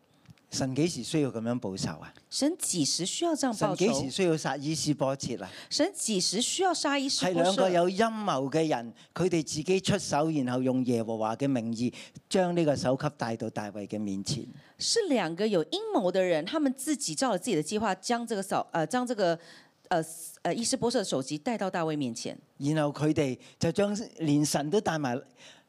Speaker 2: 神幾時需要咁樣報仇啊？
Speaker 1: 神幾時需要這樣報
Speaker 2: 神幾時
Speaker 1: 仇？
Speaker 2: 需要殺伊斯波切啊？
Speaker 1: 神幾時需要殺伊施
Speaker 2: 係
Speaker 1: 波
Speaker 2: 兩個
Speaker 1: 設？
Speaker 2: 有陰謀嘅人，佢哋自己出手，然後用耶和華嘅名義將呢個首級帶到大衛嘅面前。
Speaker 1: 是兩個有陰謀的人，他們自己照了自己的計劃，將這個掃呃將這個呃呃伊施波設的首級帶到大衛面前，
Speaker 2: 然後佢哋就將連神都帶埋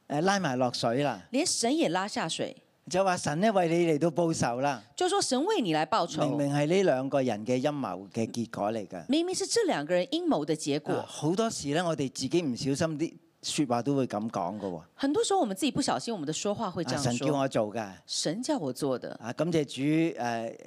Speaker 2: 誒拉埋落水啦，
Speaker 1: 連神也拉下水，
Speaker 2: 就話神咧為你嚟到報仇啦。
Speaker 1: 就說神為你來報仇。
Speaker 2: 明明係呢兩個人嘅陰謀嘅結果嚟㗎。
Speaker 1: 明明是這兩個人陰謀的結果。
Speaker 2: 啊好多時咧，我哋自己唔小心啲説話都會咁講㗎
Speaker 1: 很多時候我們自己不小心，我們的說話會
Speaker 2: 喎。
Speaker 1: 這
Speaker 2: 啊神
Speaker 1: 樣
Speaker 2: 叫
Speaker 1: 說。
Speaker 2: 我做㗎，
Speaker 1: 神叫我做的，
Speaker 2: 啊感謝主誒、呃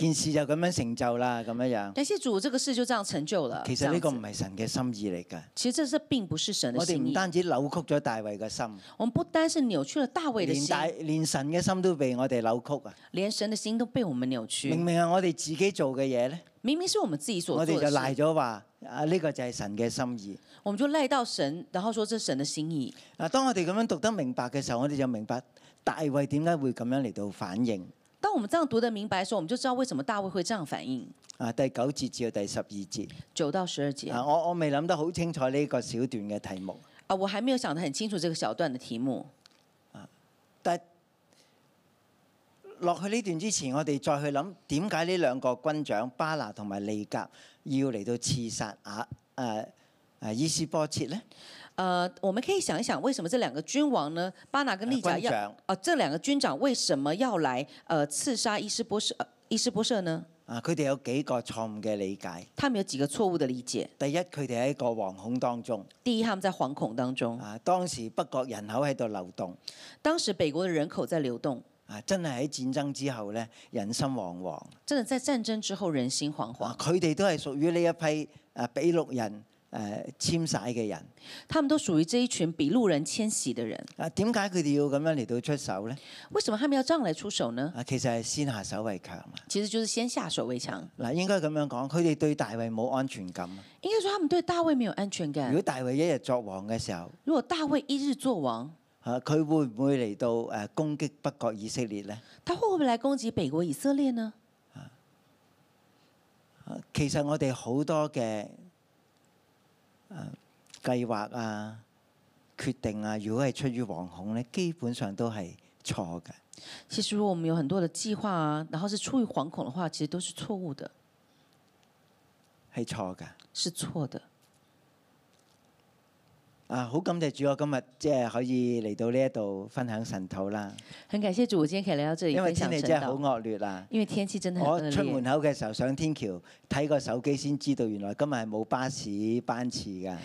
Speaker 2: 件事就咁樣成就啦，咁樣樣。
Speaker 1: 感谢主，這個事就這樣成就了。
Speaker 2: 其實呢個
Speaker 1: 這樣
Speaker 2: 唔
Speaker 1: 子
Speaker 2: 係神嘅心意嚟㗎。
Speaker 1: 其實呃這是並不是神的
Speaker 2: 我哋
Speaker 1: 心
Speaker 2: 唔
Speaker 1: 意。
Speaker 2: 單止扭曲咗大衛嘅心，
Speaker 1: 我們不單是扭曲了大衛的
Speaker 2: 連
Speaker 1: 心，
Speaker 2: 大連神嘅心都被我哋扭曲啊！
Speaker 1: 連神的心都被我們扭曲。
Speaker 2: 明
Speaker 1: 明
Speaker 2: 明係我哋自己做嘅嘢咧，
Speaker 1: 明是我們自己所
Speaker 2: 我哋
Speaker 1: 做的
Speaker 2: 就賴
Speaker 1: 事，
Speaker 2: 咗話啊呢個就係神嘅心意。
Speaker 1: 我們就賴到神，然後說這是神的心意。
Speaker 2: 嗱，當我哋咁樣讀得明白嘅時候，我哋就明白大衛點解會咁樣嚟到反應。
Speaker 1: 當我們這樣讀得明白的時候，我們就知道為什麼大衛會這樣反應。
Speaker 2: 啊，第九節至到第十二節，
Speaker 1: 九到十二節
Speaker 2: 啊，
Speaker 1: 啊，
Speaker 2: 我我未諗得好清楚呢個小段嘅題目，
Speaker 1: 我還沒有想得很清楚這個小段的題目。
Speaker 2: 但係落去呢段之前，我哋再去諗點解呢兩個軍長巴拿同埋利甲要嚟到刺殺亞誒誒伊斯波切呢？
Speaker 1: 呃，我們可以想一想，為什麼這兩個君王呢，巴拿跟利甲
Speaker 2: 啊軍
Speaker 1: 要，
Speaker 2: 長
Speaker 1: 呃，這兩個軍长为什么要来呃刺杀伊斯波舍、呃伊斯波舍呢？
Speaker 2: 啊，佢哋有幾個錯誤嘅理解。
Speaker 1: 他们有幾個錯誤的理解。
Speaker 2: 第一，佢哋喺一個惶恐當中，
Speaker 1: 第一，他們在惶恐當中，
Speaker 2: 啊，當時北國人口喺度流動。
Speaker 1: 當時北國的人口在流動，
Speaker 2: 啊，真係喺戰爭之後咧，人心惶惶。
Speaker 1: 真的在戰爭之後人心惶
Speaker 2: 啊
Speaker 1: 惶，，
Speaker 2: 佢哋都係屬於呢一批誒比錄人誒遷徙嘅人。
Speaker 1: 他們都屬於這一群比路人遷徙的人。
Speaker 2: 啊，點解佢哋要咁樣嚟到出手咧？
Speaker 1: 為什麼他們要這樣來出手呢？
Speaker 2: 啊，其實係先下手為強啊。
Speaker 1: 其實就是先下手為強。
Speaker 2: 嗱，應該咁樣講，佢哋對大衛冇安全感。
Speaker 1: 應該說他們對大衛沒有安全
Speaker 2: 如果
Speaker 1: 感。
Speaker 2: 大衛一日作王嘅時候，
Speaker 1: 如果大衛一日做王，
Speaker 2: 啊，佢會唔會嚟到誒攻擊北國以色列咧？
Speaker 1: 他會不會來攻擊北國以色列呢？
Speaker 2: 啊其實我哋好多嘅啊計劃啊、決定啊，如果係出於惶恐咧，基本上都係錯嘅。
Speaker 1: 其實如果我們有很多的計劃啊，然後是出於惶恐的話，其實都是錯誤的，
Speaker 2: 係錯㗎。
Speaker 1: 是錯的。
Speaker 2: 啊，好感謝主，我今日即係可以嚟到呢一度分享神土啦。
Speaker 1: 很感謝主，我今天可以來到這裡
Speaker 2: 因為
Speaker 1: 分
Speaker 2: 天
Speaker 1: 享
Speaker 2: 氣
Speaker 1: 神
Speaker 2: 真係好
Speaker 1: 道。
Speaker 2: 惡劣啊！
Speaker 1: 因為天氣真的很
Speaker 2: 我出
Speaker 1: 惡
Speaker 2: 門
Speaker 1: 劣，
Speaker 2: 口嘅時候上天橋睇個手機先知道，原來今日係冇巴士班次㗎。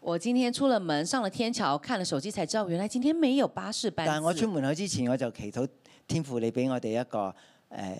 Speaker 1: 我今天出了門，上了天橋，看了手機才知道，原來今天沒有巴士班次。
Speaker 2: 但係我出門口之前，我就祈禱天父，你俾我哋一呃個誒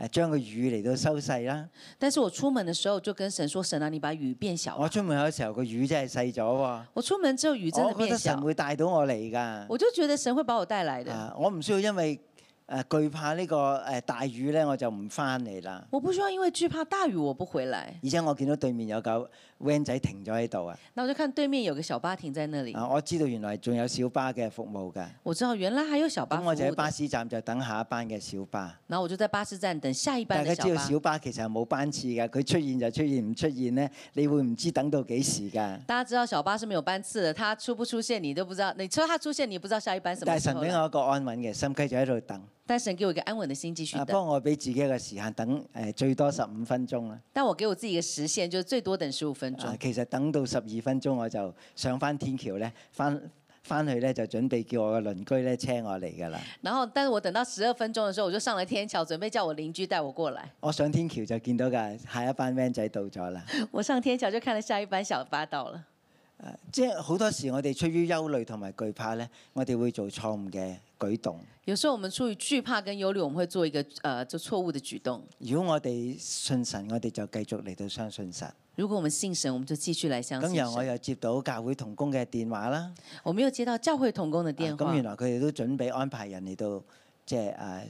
Speaker 2: 誒，將個雨嚟到收細啦。
Speaker 1: 但是我出門的時候就跟神說：“神啊，你把雨變小吧。
Speaker 2: 我出門口嘅時候個雨真係細咗喎。
Speaker 1: 我出門之後雨真的
Speaker 2: 哦我覺
Speaker 1: 變
Speaker 2: 得
Speaker 1: 小
Speaker 2: 神，會帶到我嚟㗎。
Speaker 1: 我就覺得神會把我帶來的。
Speaker 2: 啊，我唔需要因為誒懼怕呢個誒大雨咧，我就唔翻嚟啦。
Speaker 1: 我不需要因為懼怕大雨我不回來。
Speaker 2: 而且我見到對面有架 van 仔停咗喺度啊！
Speaker 1: 那我就看對面有個小巴停在那裡，
Speaker 2: 啊，我知道原來仲有小巴嘅服務㗎，
Speaker 1: 我知道原來還有小巴
Speaker 2: 咁
Speaker 1: 服務
Speaker 2: 我就喺
Speaker 1: 的
Speaker 2: 巴士站就等下一班嘅小巴。
Speaker 1: 然後我就在巴士站等下一
Speaker 2: 大
Speaker 1: 班
Speaker 2: 家
Speaker 1: 的
Speaker 2: 知
Speaker 1: 小
Speaker 2: 道
Speaker 1: 巴。
Speaker 2: 小巴其實係冇班次㗎，佢出現就出現，唔出現呢，你會唔知等到幾時㗎。
Speaker 1: 大家知道小巴是沒有班次的，它出不出現你都不知道，你车它出現你也不知道下一班什
Speaker 2: 但
Speaker 1: 麼
Speaker 2: 係
Speaker 1: 時
Speaker 2: 神啊
Speaker 1: 候
Speaker 2: 俾
Speaker 1: 來。
Speaker 2: 我一個安穩嘅心，繼續喺度等。
Speaker 1: 但神給我一個安穩的心繼
Speaker 2: 啊，
Speaker 1: 續
Speaker 2: 不過
Speaker 1: 等，
Speaker 2: 我俾自己一個時限，等誒最多十五分鐘啦。
Speaker 1: 但我給我自己一個時限，就是最多等十五分
Speaker 2: 啊
Speaker 1: 鐘。，
Speaker 2: 其實等到十二分鐘我就上翻天橋咧，翻翻去咧就準備叫我嘅鄰居咧車我嚟㗎啦。
Speaker 1: 然後，但是我等到十二分鐘的時候，我就上了天橋，準備叫我鄰居帶我過來。
Speaker 2: 我上天橋就見到㗎，下一班 van 仔到咗 啦。
Speaker 1: 我上天橋就看了下一班小巴到了。
Speaker 2: 即係好多時我哋出於憂慮同埋懼怕咧，我哋會做錯誤嘅舉動。
Speaker 1: 有時候我們出於懼怕跟憂慮，我們會做一個呃就錯誤的舉動。
Speaker 2: 如果我哋信神，我哋就繼續嚟到相信神。
Speaker 1: 如果我們信神，我們就繼續來相
Speaker 2: 咁
Speaker 1: 信
Speaker 2: 然後我
Speaker 1: 神。
Speaker 2: 又接到教會同工嘅電話啦，啊
Speaker 1: 我們又接到教會同工的電
Speaker 2: 咁、
Speaker 1: 話
Speaker 2: 原，來佢哋都準備安排人嚟到即係誒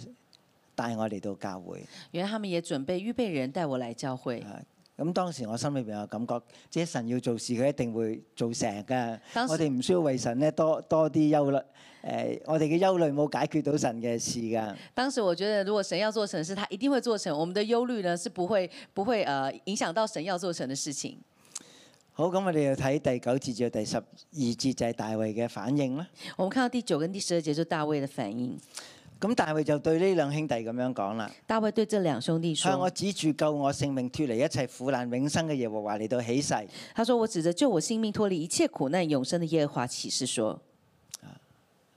Speaker 2: 帶我嚟到教會。
Speaker 1: 原來他們也準備預備人帶我來教會。
Speaker 2: 啊咁當時我心裏邊有感覺，即係神要做事，佢一定會做成㗎。
Speaker 1: 當時
Speaker 2: 我哋唔需要為神咧多多啲憂慮。誒、我哋嘅憂慮冇解決到神嘅事㗎。
Speaker 1: 當時我覺得，如果神要做成的事，他一定會做成。我們的憂慮呢，是不會不會呃影響到神要做成的事情。
Speaker 2: 好，咁我哋就睇第九節至到第十二節就係大衛嘅反應啦。
Speaker 1: 我們看到第九跟第十二節，就是大衛的反應。
Speaker 2: 咁大衛就對呢兩兄弟咁樣講啦：，
Speaker 1: 大衛對這兩兄弟
Speaker 2: 啊向我
Speaker 1: 說
Speaker 2: 指住救我性命脱離一切苦難永生嘅耶和華嚟到起誓。：“
Speaker 1: 他說，我指着救我性命、脫離一切苦難、永生的耶和華起誓說，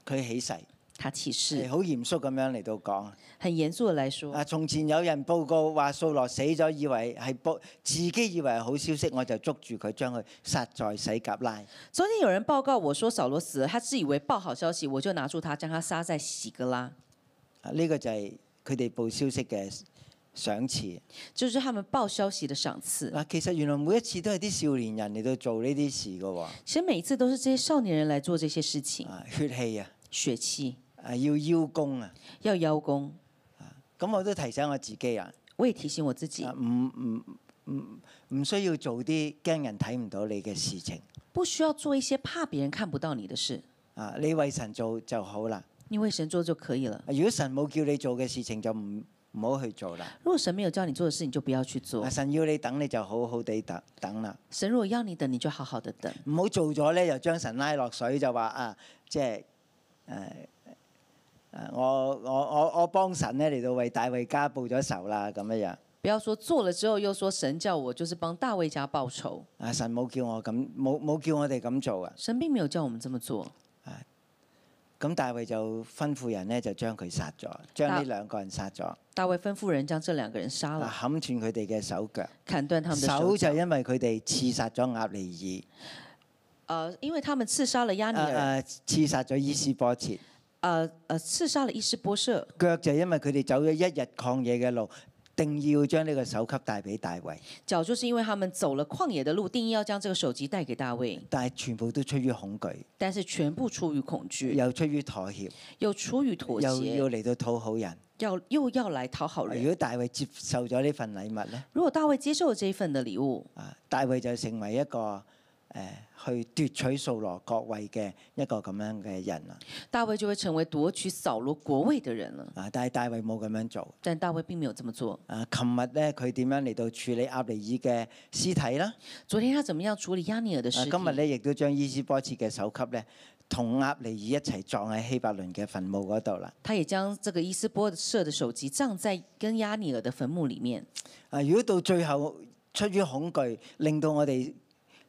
Speaker 2: 佢起誓
Speaker 1: 他起
Speaker 2: 係
Speaker 1: 誓，
Speaker 2: 好嚴肅咁樣嚟到講。
Speaker 1: 很嚴肅的來說，
Speaker 2: 哎啊，從前有人報告話掃羅死咗，以為係報自己以為係好消息，我就捉住佢將佢殺在洗甲拉。
Speaker 1: 昨天有人報告我說掃羅死了，他自以為報好消息，我就拿住他，將他殺在喜格拉。
Speaker 2: 啊，呢、個就係佢哋報消息嘅賞賜。
Speaker 1: 就是他们报消息的赏赐。
Speaker 2: 嗱，其實原來每一次都係啲少年人嚟到做呢啲事嘅喎，
Speaker 1: 其实每一次都是这些少年人来做这些事情，
Speaker 2: 啊血氣啊，
Speaker 1: 血气
Speaker 2: 啊要邀功啊，
Speaker 1: 要邀功。
Speaker 2: 咁我都提醒我自己啊，
Speaker 1: 我也提醒我自己
Speaker 2: 啊，唔唔唔唔需要做啲驚人睇唔到你嘅事情，
Speaker 1: 不需要做一些怕别人看不到你的事，
Speaker 2: 啊你為神做就好啦。
Speaker 1: 你为神做就可以了。
Speaker 2: 如果神冇叫你做嘅事情就唔唔好去做啦。
Speaker 1: 如果神没有叫你做的事，你就不要去做
Speaker 2: 啊！。神要你等，你就好好地等等啦，
Speaker 1: 神如果要你等，你就好好的等，
Speaker 2: 唔好做咗咧，又將神拉落水，就話啊，即係誒誒，我我我我幫神咧嚟到為大衛家報咗仇啦，咁樣樣
Speaker 1: 不要说做了之后又说神叫我就是帮大卫家报仇，
Speaker 2: 啊！神冇叫我咁，冇冇叫我哋咁做啊！
Speaker 1: 神并没有叫我们这么做。
Speaker 2: 咁大衛就吩咐人咧，就將佢殺咗，將呢
Speaker 1: 大
Speaker 2: 兩個人殺咗，啊
Speaker 1: 大卫吩咐人将这两个人杀了，
Speaker 2: 砍斷佢哋嘅手腳，
Speaker 1: 砍断他们的
Speaker 2: 手
Speaker 1: 手
Speaker 2: 啊就
Speaker 1: 脚。
Speaker 2: 因為佢哋刺殺咗押尼
Speaker 1: 呃，因为他们刺杀了亚
Speaker 2: 爾，
Speaker 1: 尼尔，
Speaker 2: 啊啊刺殺咗伊斯波切。
Speaker 1: 呃呃，刺杀了伊斯波设。
Speaker 2: 腳就因為佢哋走咗一日曠野嘅路，定要將呢個首級帶俾大衛，
Speaker 1: 脚就是因为他们走了旷野的路，定义要将这个首级带给大卫，
Speaker 2: 但係全部都出於恐懼，
Speaker 1: 但是全部出于恐惧，
Speaker 2: 又出於妥協，
Speaker 1: 又出于妥
Speaker 2: 又
Speaker 1: 协，
Speaker 2: 要嚟到討好人。
Speaker 1: 要又要來討好
Speaker 2: 如
Speaker 1: 人。
Speaker 2: 果大衛接受咗呢份禮物咧，
Speaker 1: 如果大卫接受了这一份的礼物，
Speaker 2: 啊，大衛就成為一個誒、呃去奪取掃羅國位嘅一個咁樣嘅人啦。
Speaker 1: 大卫就会成为夺取扫罗国位的人了。
Speaker 2: 啊，但係大衛冇咁樣做。
Speaker 1: 但大卫并没有这么做。
Speaker 2: 啊，琴日咧佢點樣嚟到處理亞尼爾嘅屍體啦？
Speaker 1: 昨天他怎么样處理亚尼尔的
Speaker 2: 啊
Speaker 1: 事？
Speaker 2: 今日咧亦都將伊斯波切嘅首級咧同亞尼爾一齊葬喺希伯倫嘅墳墓嗰度啦。
Speaker 1: 他也将这个伊斯波设的首级葬在跟亚尼尔的坟墓里面。
Speaker 2: 啊！如果到最後出於恐懼，令到我哋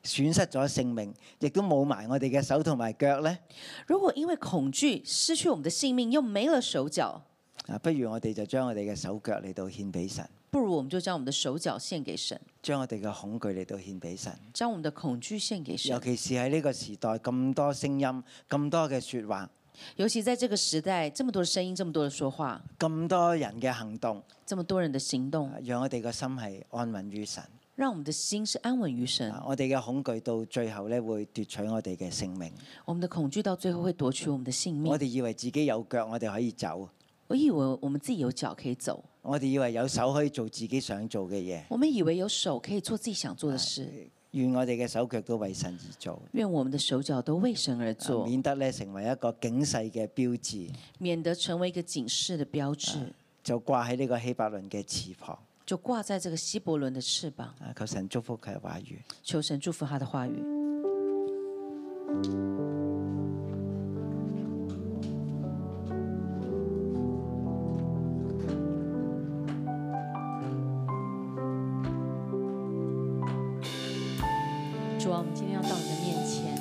Speaker 2: 損失咗性命，亦都冇埋我哋嘅手同埋腳咧，
Speaker 1: 如果因为恐惧失去我们的性命，又没了手脚，
Speaker 2: 啊，不如我哋就將我哋嘅手腳嚟到獻俾神，
Speaker 1: 不如我们就将我们的手脚献给神，
Speaker 2: 將我哋嘅恐懼嚟到獻俾神。
Speaker 1: 将我们的恐惧献给
Speaker 2: 尤
Speaker 1: 神。
Speaker 2: 其是喺呢個時代咁多聲音、咁多嘅説話、
Speaker 1: 尤其在这个时代，这么多的声音，这么多的说话，
Speaker 2: 咁多人嘅行動，
Speaker 1: 这么多人的行
Speaker 2: 啊
Speaker 1: 动，
Speaker 2: 讓我哋個心係安穩於神。
Speaker 1: 让我们的心是安稳于神。
Speaker 2: 啊我哋嘅恐懼到最後咧會奪取我哋嘅性命。
Speaker 1: 我们的恐惧到最后会奪取我们的性命
Speaker 2: 我。哋以為自己有腳，我哋可以走；
Speaker 1: 我以為我們自己有腳可以走，
Speaker 2: 我哋以為有手可以做自己想做嘅嘢。
Speaker 1: 我们以為有手可以做自己想
Speaker 2: 啊
Speaker 1: 做的事。
Speaker 2: 願我哋嘅手腳都為神而做，啊
Speaker 1: 願我們的手腳都為神而做，
Speaker 2: 免得咧成為一個警世嘅標誌，
Speaker 1: 免得成為一個警示的標誌，
Speaker 2: 就掛喺呢個希伯倫嘅翅膀。
Speaker 1: 就掛在這個希伯倫的翅膀。
Speaker 2: 啊，求神祝福佢嘅話語。
Speaker 1: 求神祝福他的話語。
Speaker 3: 主啊，我们今天要到你的面前。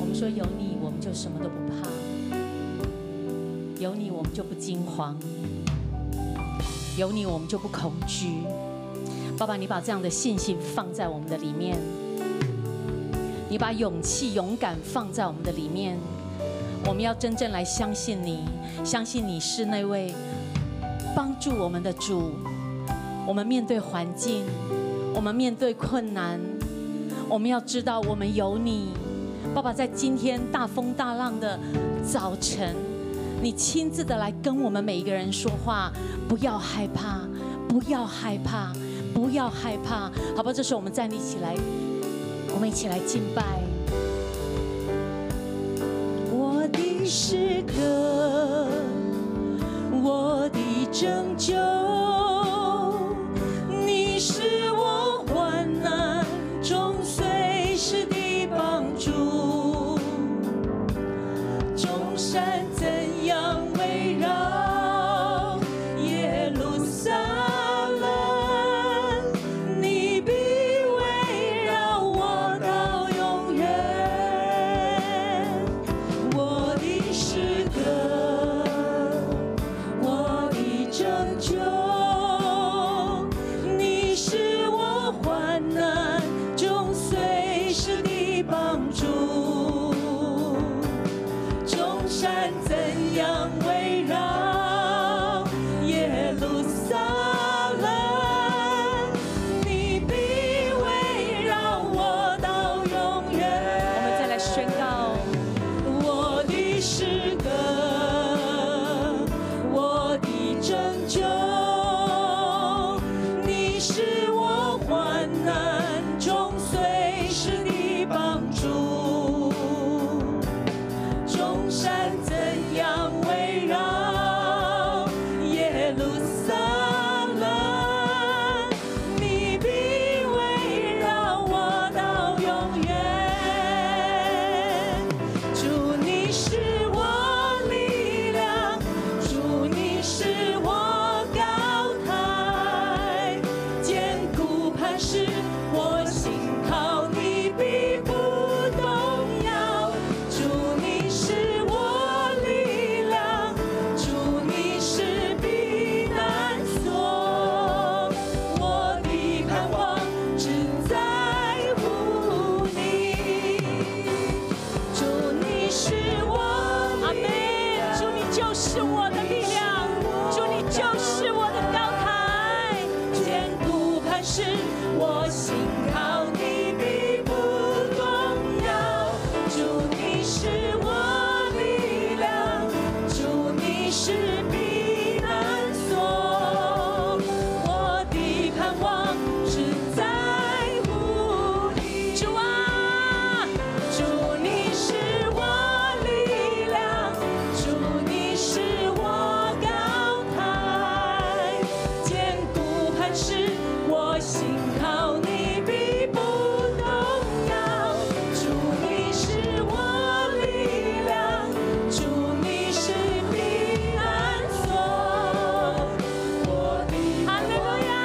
Speaker 3: 我们说有你，我们就什么都不怕；有你，我们就不惊慌；有你，我们就不恐惧。爸爸，你把这样的信心放在我们的里面，你把勇气、勇敢放在我们的里面。我们要真正来相信你，相信你是那位帮助我们的主。我们面对环境，我们面对困难，我们要知道我们有你。爸爸在今天大风大浪的早晨，你亲自的来跟我们每一个人说话，不要害怕，不要害怕，不要害怕，好吧？这时候我们站立起来，我们一起来敬拜。我的诗歌，我的拯救，你是我患难中随时的帮助。众山怎样围绕耶路撒冷？你必围绕我到永远。我的诗歌，我的拯救。
Speaker 4: 事，我信靠你必不动摇。主你是我力量，主你是避难所，我的盼望只在乎你。主啊，主你是我力量，主你是我高台，坚固磐石，我信靠你必不动摇。主你是我力量，主你是避难所，我的阿门呀，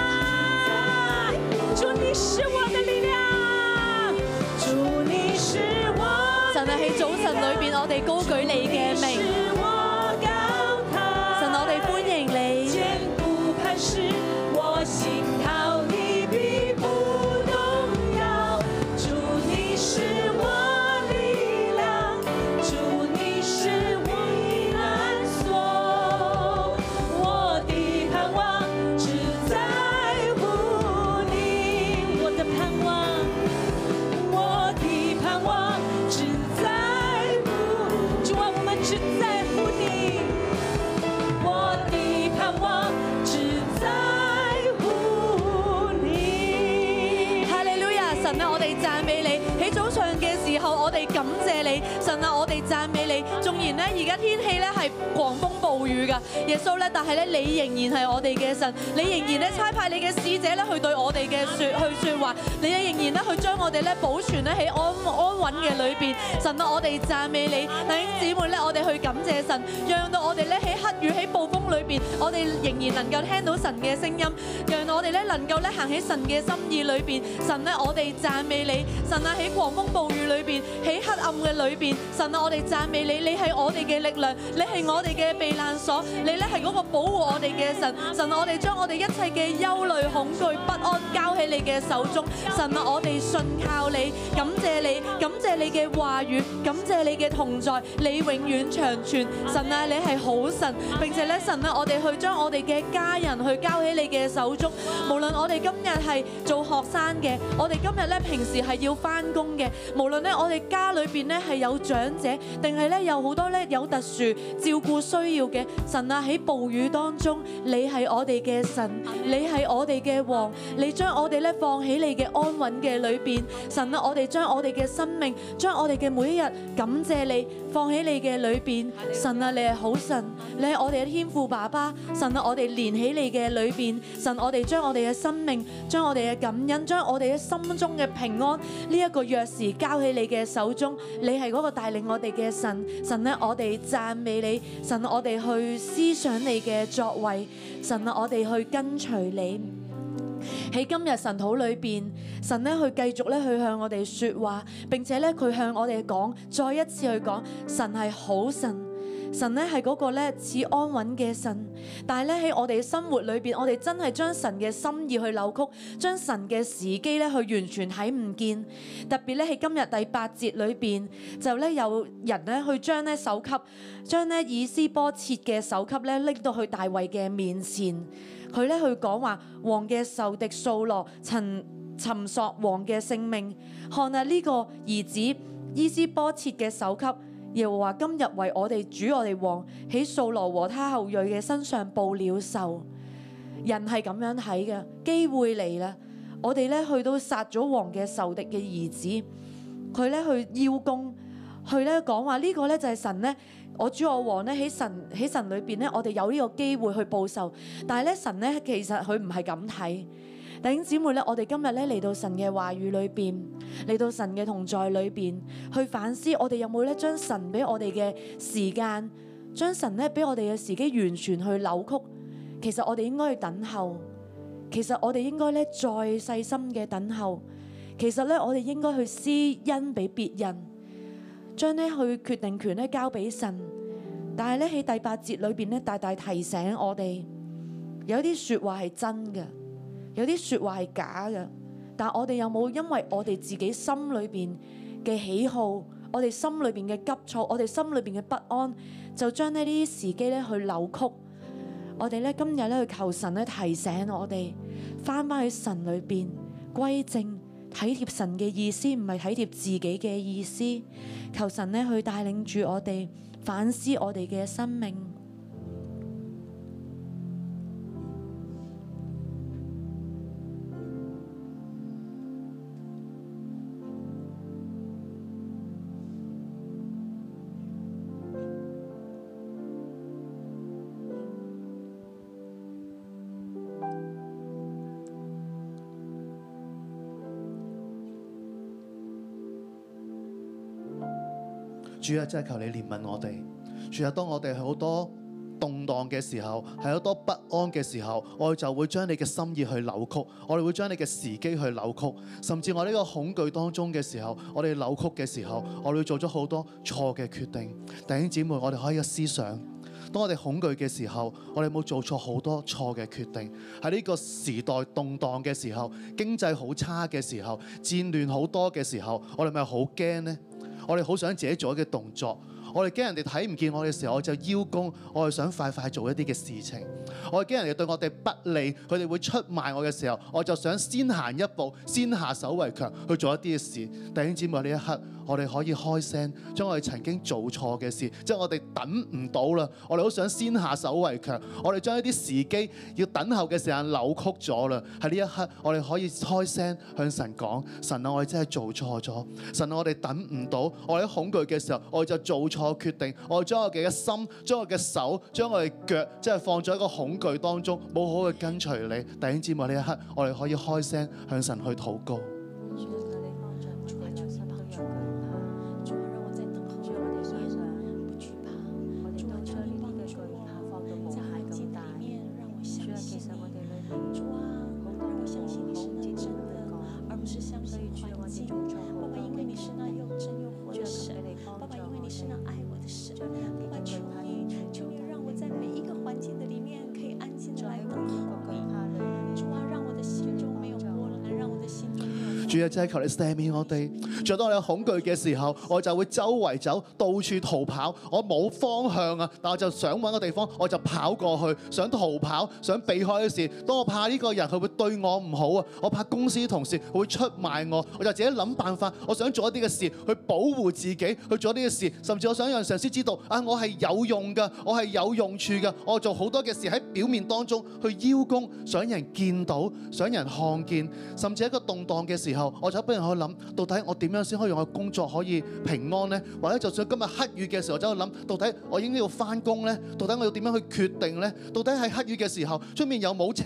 Speaker 4: 主你是我的力量，主你是我，
Speaker 5: 神啊，喺早晨裏邊，我哋高舉你嘅
Speaker 4: 是
Speaker 5: 名，
Speaker 4: 我高台，
Speaker 5: 神，我哋歡迎你，
Speaker 4: 坚固磐石，我信靠你必不动摇。主你是我力量，主你是我避难所，我的盼望只在乎你，我的盼望。我的盼望只在乎主啊，我们只在乎你。我的盼望只在乎你。
Speaker 5: 哈利路亞，神啊，我哋讚美你，喺早上嘅時候，我哋感謝你，神啊，我哋讚美你，縱然呢，而家天氣呢係狂風暴雨噶，耶穌呢，但係呢，你仍然係我哋嘅神，你仍然呢差派你嘅使者呢去對我哋嘅説去説話，你呢仍然呢去將我哋呢保存呢喺安安穩嘅裏邊，神啊，我哋讚美你，弟兄姊妹呢，我哋去感謝神，讓到我哋呢喺黑雨喺暴風裏邊，我哋仍然能夠聽到神嘅聲音，讓我哋呢能夠呢行喺神嘅心意裏邊。神呢，我哋讚美你，神啊喺狂風暴雨裏邊，喺黑暗嘅裏邊，神啊，我哋讚美你，你係我哋嘅力量，你係我哋嘅避難所，你呢係嗰個保護我哋嘅神。神啊，我哋將我哋一切嘅憂慮、恐懼、不安交喺你嘅手中。神啊，我哋信靠你，感謝你，感謝你嘅話語，感謝你嘅同在，你永遠長存。神啊，你係好神，並且呢，神啊，我哋去將我哋嘅家人去交喺你嘅手中。無論我哋今日係做學生嘅，我哋今日咧平時係要翻工嘅，無論咧我哋家裏邊咧係有長者，定係咧有好多咧有特殊照顧需要嘅，神啊喺暴雨當中，你係我哋嘅神，你係我哋嘅王，你將我哋咧放喺你嘅安穩嘅裏邊，神啊，我哋將我哋嘅生命，將我哋嘅每一日感謝你，放喺你嘅裏邊，神啊，你係好神，你係我哋嘅天父爸爸，神啊，我哋連起你嘅裏邊，神，我哋將我哋嘅生命，將我哋嘅感恩，將我哋嘅心中嘅平安，呢一個鑰匙交喺你嘅手中，你係嗰個帶領我哋嘅神，神咧，我哋讚美你，神，啊我哋去思想你嘅作為，神啊，我哋去跟隨你。喺今日神土裏邊，神咧去繼續咧去向我哋説話，並且咧佢向我哋講，再一次去講，神係好神。神咧係嗰個咧似安穩嘅神，但係咧喺我哋生活裏邊，我哋真係將神嘅心意去扭曲，將神嘅時機咧去完全睇唔見。特別咧喺今日第八節裏邊，就咧有人咧去將咧首級，將咧以斯波切嘅首級咧拎到去大衛嘅面前。佢咧去講話王嘅仇敵掃羅曾尋索王嘅性命，看啊呢個兒子伊斯波切嘅首級，耶和華今日為我哋主我哋王喺掃羅和他後裔嘅身上報了仇。人係咁樣睇嘅，機會嚟啦！我哋咧去到殺咗王嘅仇敵嘅兒子，佢咧去邀功，去咧講話呢個咧就係神咧。我主我王咧喺神喺神裏邊咧，我哋有呢個機會去報仇，但係咧神咧其實佢唔係咁睇。弟兄姊妹咧，我哋今日咧嚟到神嘅話語裏邊，嚟到神嘅同在裏邊，去反思我哋有冇咧將神俾我哋嘅時間，將神咧俾我哋嘅時機完全去扭曲。其實我哋應該去等候，其實我哋應該咧再細心嘅等候。其實咧，我哋應該去施恩俾別人，將咧去決定權咧交俾神。但係咧喺第八節裏邊咧，大大提醒我哋，有啲説話係真嘅。有啲説話係假嘅，但我哋有冇因為我哋自己心裏邊嘅喜好，我哋心裏邊嘅急躁，我哋心裏邊嘅不安，就將呢啲時機咧去扭曲？我哋咧今日咧去求神咧提醒我哋，翻翻去神裏邊歸正，體貼神嘅意思，唔係體貼自己嘅意思。求神咧去帶領住我哋反思我哋嘅生命。
Speaker 6: 主啊，真係求你憐憫我哋。主啊，當我哋係好多動盪嘅時候，係好多不安嘅時候，我哋就會將你嘅心意去扭曲，我哋會將你嘅時機去扭曲，甚至我呢個恐懼當中嘅時候，我哋扭曲嘅時候，我哋會做咗好多錯嘅決定。弟兄姊妹，我哋可以有思想。當我哋恐懼嘅時候，我哋有冇做錯好多錯嘅決定？喺呢個時代動盪嘅時候，經濟好差嘅時候，戰亂好多嘅時候，我哋咪好驚呢？我哋好想自己做一啲動作，我哋驚人哋睇唔見我嘅時候，我就邀功，我係想快快做一啲嘅事情。我係驚人哋對我哋不利，佢哋會出賣我嘅時候，我就想先行一步，先下手為強去做一啲嘅事。弟兄姊妹，呢一刻我哋可以開聲，將我哋曾經做錯嘅事，即係我哋等唔到啦，我哋好想先下手為強，我哋將一啲時機要等候嘅時間扭曲咗啦。喺呢一刻，我哋可以開聲向神講：神啊，我哋真係做錯咗，神啊，我哋等唔到，我哋喺恐懼嘅時候，我哋就做錯決定，我哋將我哋嘅心、將我嘅手、將我哋腳，即係放咗喺個恐懼當中，冇好好去跟隨你。弟兄姊妹，呢一刻我哋可以開聲向神去禱告。
Speaker 7: 爸爸，因为你是那爱我的神，爸爸求你，求你让我在每一个环境的里面可以安静的来等候你。主啊，让我的心中没有波澜，让我的心中没有。
Speaker 6: 主啊，真係求你赦免我哋。主啊，當我哋恐懼嘅時候，我就會周圍走，到處逃跑，我冇方向啊！但我就想揾個地方，我就跑過去，想逃跑，想避開啲事。當我怕呢個人佢會對我唔好啊，我怕公司同事會出賣我，我就自己諗辦法，我想做一啲嘅事去保護自己，去做呢啲事，甚至我想讓上司知道啊，我係有用㗎，我係有用處㗎，我做好多嘅事喺表面當中去邀功，想人見到，想人看見，甚至一個動盪嘅時候，我就不斷去諗，到底我點樣先可以讓我工作可以平安呢？或者就算今日黑雨嘅時候，我就去諗，到底我應該要翻工呢？到底我要點樣去決定呢？到底喺黑雨嘅時候，出面又冇車，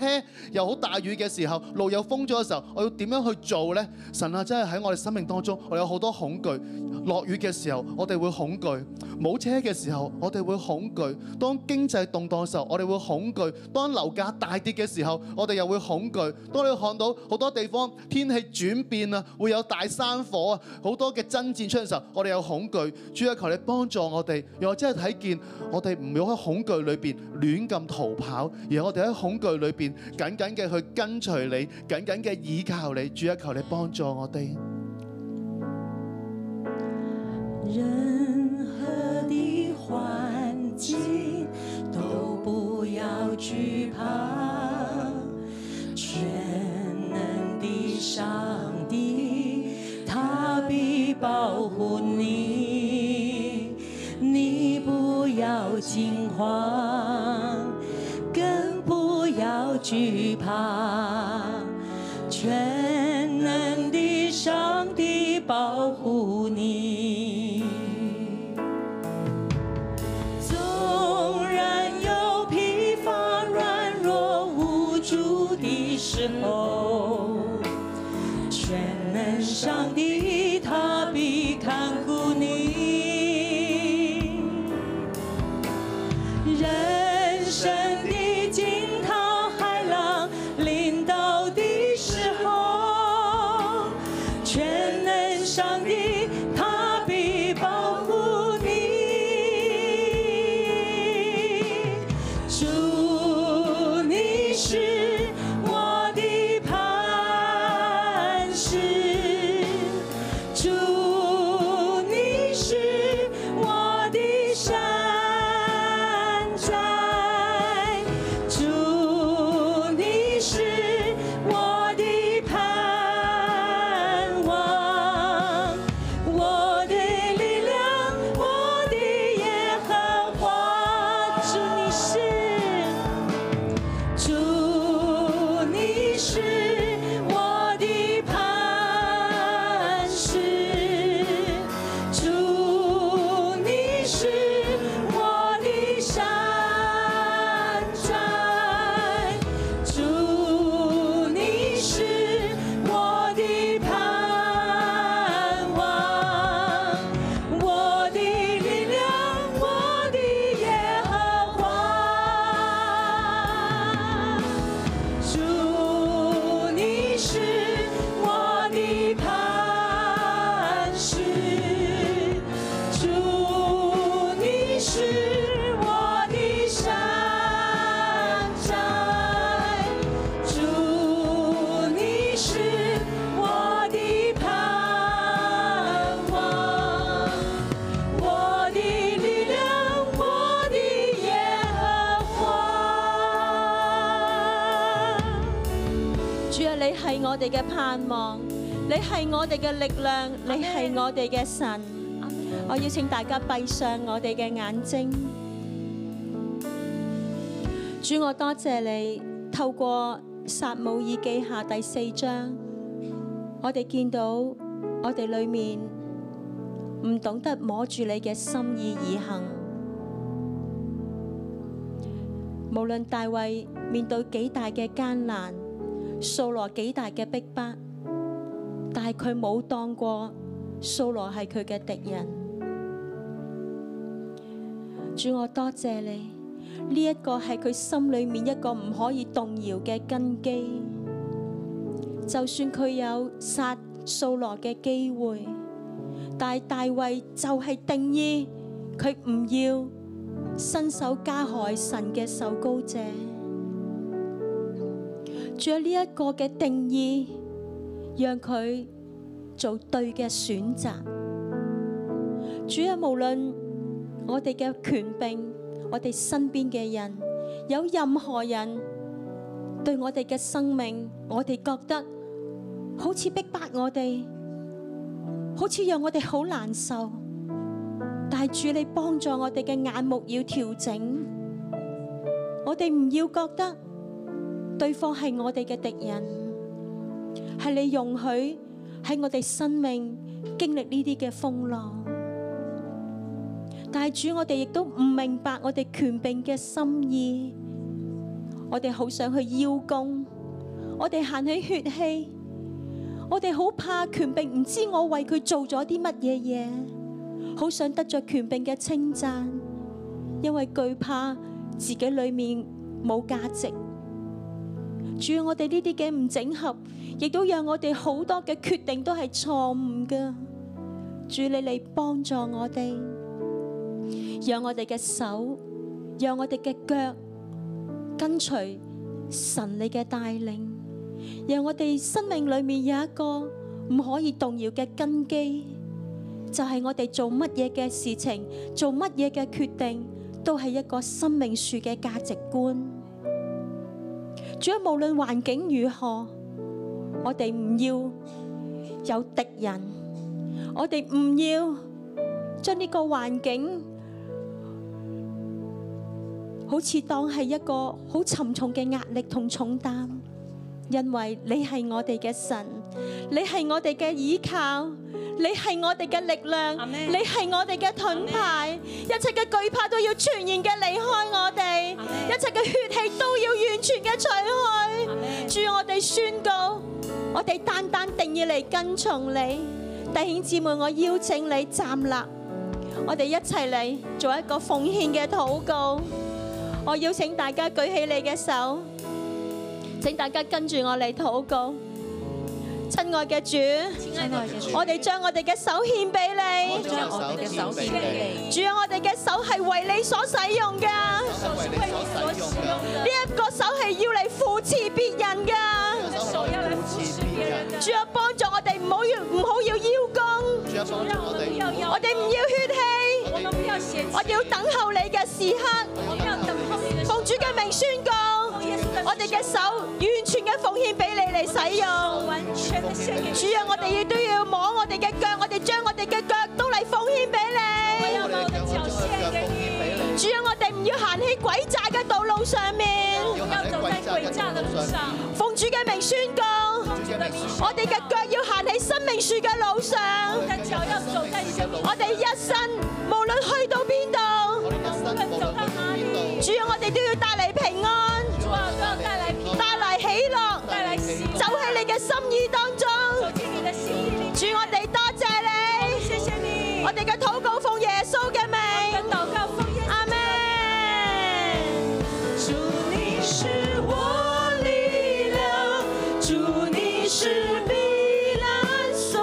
Speaker 6: 又好大雨嘅時候，路又封咗嘅時候，我要點樣去做呢？神啊，真係喺我哋生命當中，我有好多恐懼。落雨嘅時候，我哋會恐懼；冇車嘅時候，我哋會恐懼；當經濟動盪嘅時候，我哋會恐懼；當樓價大跌嘅時候，我哋又會恐懼。當你看到好多地方天氣轉變啊，會有大山火啊，好多嘅爭戰出現嘅時候，我哋有恐懼。主啊，求你幫助我哋，讓我真係睇見我哋唔好喺恐懼裏邊亂咁逃跑，而我哋喺恐懼裏邊緊緊嘅去跟隨你，緊緊嘅倚靠你。主啊，求你幫助我哋。
Speaker 4: 任何的环境都不要惧怕，全能的上帝，他必保护你，你不要惊慌，更不要惧怕。全能的上帝保护你。纵然有疲乏、软弱、无助的时候，全能上帝他必看顾你。人生的惊涛骇浪临到的时候，全能上帝他必保护你。主，你是我的磐石，
Speaker 7: 主啊，你係我哋嘅盼望，你係我哋嘅力量，你係我哋嘅神。我要請大家閉上我哋嘅眼睛。主，我多謝你透過撒姆耳記下第四章，我哋見到我哋裏面唔懂得摸住你嘅心意而行。無論大衛面對幾大嘅艱難，掃羅幾大嘅逼迫，但係佢冇當過掃羅係佢嘅敵人。主，我多謝你，呢、一個係佢心裏面一個唔可以動搖嘅根基。就算佢有殺掃羅嘅機會，但係大衛就係定義佢唔要。伸手加害神嘅受高者。仲有呢一個嘅定義，讓佢做對嘅選擇。主啊，無論我哋嘅權柄，我哋身邊嘅人，有任何人對我哋嘅生命，我哋覺得好似逼迫我哋，好似讓我哋好難受。但係主，你幫助我哋嘅眼目要調整，我哋唔要覺得對方係我哋嘅敵人，係你容許喺我哋生命經歷呢啲嘅風浪。但係主，我哋亦都唔明白我哋權柄嘅心意，我哋好想去邀功，我哋行起血氣，我哋好怕權柄唔知我為佢做咗啲乜嘢嘢。好想得着權柄嘅稱讚，因為懼怕自己裏面冇價值。主要我哋呢啲嘅唔整合，亦都讓我哋好多嘅決定都係錯誤嘅。主你嚟幫助我哋，讓我哋嘅手，讓我哋嘅腳跟隨神你嘅帶領，讓我哋生命裏面有一個唔可以動搖嘅根基。就係我哋做乜嘢嘅事情，做乜嘢嘅決定，都係一個生命樹嘅價值觀。主啊，無論環境如何，我哋唔要有敵人，我哋唔要將呢個環境好似當係一個好沉重嘅壓力同重擔，因為你係我哋嘅神，你係我哋嘅依靠。你係我哋嘅力量，你係我哋嘅盾牌，一切嘅懼怕都要全然嘅離開我哋，一切嘅血氣都要完全嘅除去。主，我哋宣告，我哋單單定義嚟跟從你。弟兄姊妹，我邀請你站立，我哋一齊嚟做一個奉獻嘅禱告。我邀請大家舉起你嘅手，請大家跟住我嚟禱告。親愛嘅主。我哋將我哋嘅手獻俾你，
Speaker 1: 將我哋嘅手獻俾你，
Speaker 7: 主啊，我哋嘅手係為你所使用嘅，
Speaker 6: 為
Speaker 7: 呢
Speaker 6: 你所使用嘅，
Speaker 7: 一個手係要嚟扶持別人嘅。
Speaker 6: 手可以扶持別人，
Speaker 7: 主啊，幫助我哋唔好要唔好要邀功，
Speaker 6: 主啊，幫助我哋，
Speaker 7: 我哋唔要血氣，我哋要等候你嘅時刻。奉主嘅名宣告，我哋嘅手完全嘅奉獻俾你嚟使用。主啊，我哋亦都要摸我哋嘅腳，我哋將我哋嘅腳都嚟奉獻俾你。
Speaker 6: 我哋嘅腳我將腳奉獻俾你，
Speaker 7: 主啊，我哋唔要行喺詭詐嘅道路上面，
Speaker 6: 要行喺貴州嘅路上，
Speaker 7: 奉主嘅名宣告，
Speaker 6: 主嘅名宣告
Speaker 7: 我哋嘅腳要行喺生命樹嘅路上，我哋一生無論去到邊度
Speaker 6: 我，哋一生無論去邊度，
Speaker 7: 主啊，我哋都要帶嚟平安，帶嚟喜樂，走喺你嘅心意當中，主我哋多謝你，我哋嘅禱告奉耶穌嘅名，阿門。
Speaker 4: 主你是我力量，主你是避难所，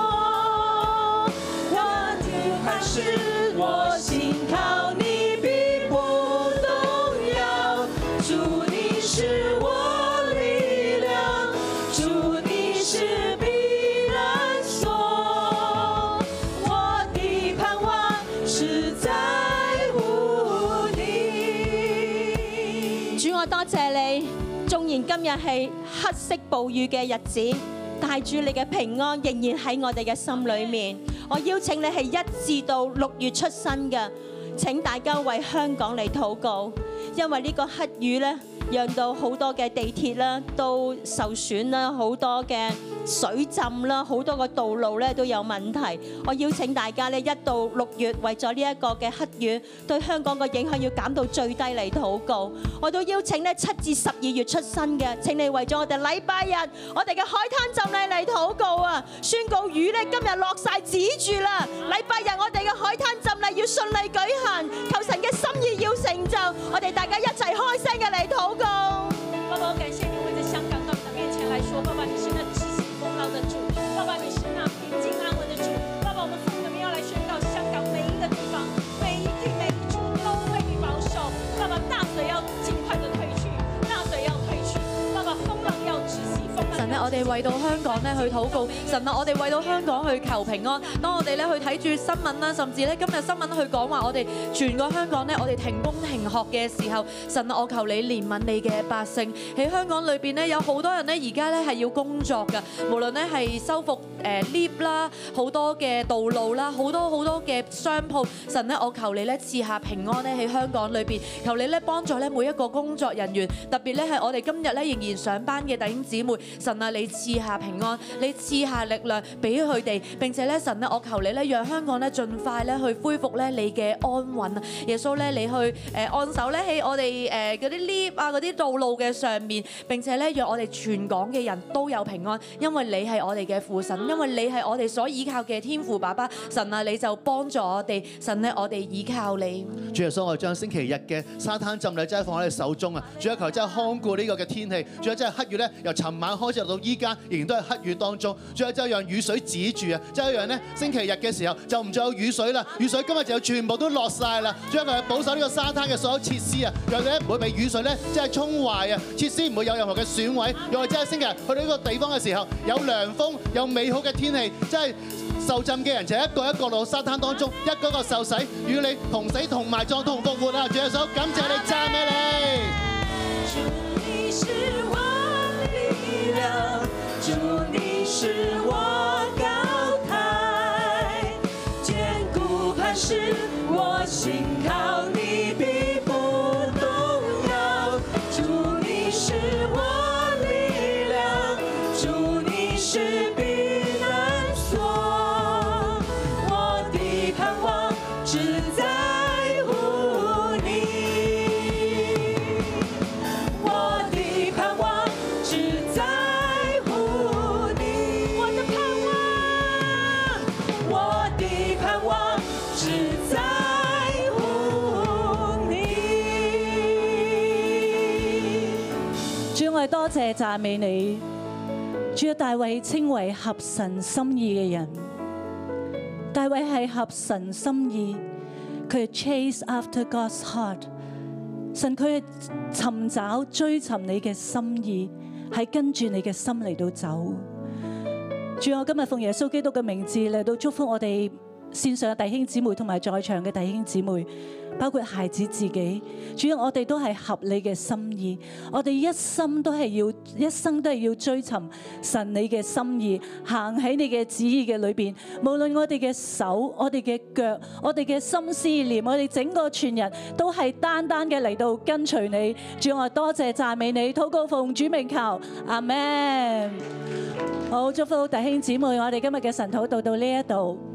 Speaker 4: 我的磐石，我心靠你必不动摇。主你是我力量，主你是避难所，我的盼望是在乎你。
Speaker 7: 主，我多謝你，縱然今日係
Speaker 8: 黑色暴雨嘅日子，帶住你嘅平安仍然喺我哋嘅心裏面。我邀請你係一至到六月出生嘅，請大家為香港嚟禱告，因為呢個黑雨呢，讓到好多嘅地鐵啦都受損啦，好多嘅水浸啦，好多個道路咧都有問題。我邀請大家呢，一到六月為咗呢一個嘅黑雨對香港嘅影響要減到最低嚟禱告。我都邀請咧七至十二月出生嘅，請你為咗我哋禮拜日我哋嘅海灘浸禮嚟禱告啊！宣告雨咧今日落晒止住啦！禮拜日我哋嘅海灘浸禮要順利舉行，求神嘅心意要成就，我哋大家一齊開聲嘅嚟禱告。
Speaker 7: 爸爸，我感谢你会在香港到你的面前来说，爸爸你是那执行功劳的主，爸爸你是那平静安稳的主，爸爸我们奉你的名要来宣告香港每一个地方，每一地每一处都为你保守，爸爸大水要尽快的退去，大水要退去，爸爸风浪要止息，风浪要止息。
Speaker 5: 神啊咧，我哋為到香港咧去禱告，神啊，我哋為到香港去求平安。當我哋咧去睇住新聞啦，甚至咧今日新聞去講話，我哋全個香港咧，我哋停工停學嘅時候，神啊，我求你憐憫你嘅百姓。喺香港裏邊咧，有好多人咧而家咧係要工作嘅，無論咧係修復誒呃 lift 啦，好多嘅道路啦，好多好多嘅商鋪。神咧，我求你咧賜下平安咧喺香港裏邊，求你咧幫助咧每一個工作人員，特別咧係我哋今日咧仍然上班嘅弟兄姊妹。神啊，你賜下平安，你賜下力量俾佢哋，並且咧，神咧，我求你咧，讓香港咧盡快咧去恢復咧你嘅安穩啊！耶穌咧，你去誒、呃按手咧喺我哋誒嗰啲 lift 啊、嗰啲道路嘅上面，並且咧讓我哋全港嘅人都有平安，因為你係我哋嘅父神，因為你係我哋所依靠嘅天父爸爸。神啊，你就幫助我哋，神咧，我哋依靠你。
Speaker 6: 主耶穌，我哋將星期日嘅沙灘浸禮真係放喺你手中啊！主啊，求真係看顧呢個嘅天氣。主啊，真係黑雨咧，由尋晚開始到依家，仍然都係黑雨當中。主啊，真係讓雨水止住啊！真係讓咧星期日嘅時候就唔再有雨水啦，雨水今日就全部都落晒啦。主啊，求你保守呢個沙灘嘅所有設施啊，讓佢咧唔會被雨水咧真係沖壞啊，設施唔會有任何嘅損毀。讓我哋真係星期日去到呢個地方嘅時候，有涼風，有美好嘅天氣，真係。受浸嘅人就一個一個落沙灘當中，一個一個受洗，與你同死同埋葬同復活啊！主耶穌，感謝你，讚美你。
Speaker 4: 主你是我的力量，主你是我高台，坚固磐石，我心靠你必不动摇。主你是我力量，主你是避难所，我的盼望只在乎你。我的盼望只在乎你，我的盼望，我的盼望只在乎你。
Speaker 9: 主，我哋多謝讚美你。主啊，大衛稱為合神心意嘅人，大衛係合神心意，佢係 chase after God's heart。神佢係尋找追尋你嘅心意，係跟住你嘅心嚟到走。主，我今日奉耶穌基督嘅名字嚟到祝福我哋線上嘅弟兄姊妹同埋在場嘅弟兄姊妹，包括孩子自己。主，我哋都係合你嘅心意，我哋一心都係要，一生都係要追尋神你嘅心意，行喺你嘅旨意嘅裏邊。無論我哋嘅手、我哋嘅腳、我哋嘅心思意念，我哋整個全人都係單單嘅嚟到跟隨你。主，我多謝讚美你，禱告奉主名求，阿門。好，祝福弟兄姊妹，我哋今日嘅神禱到到呢一度。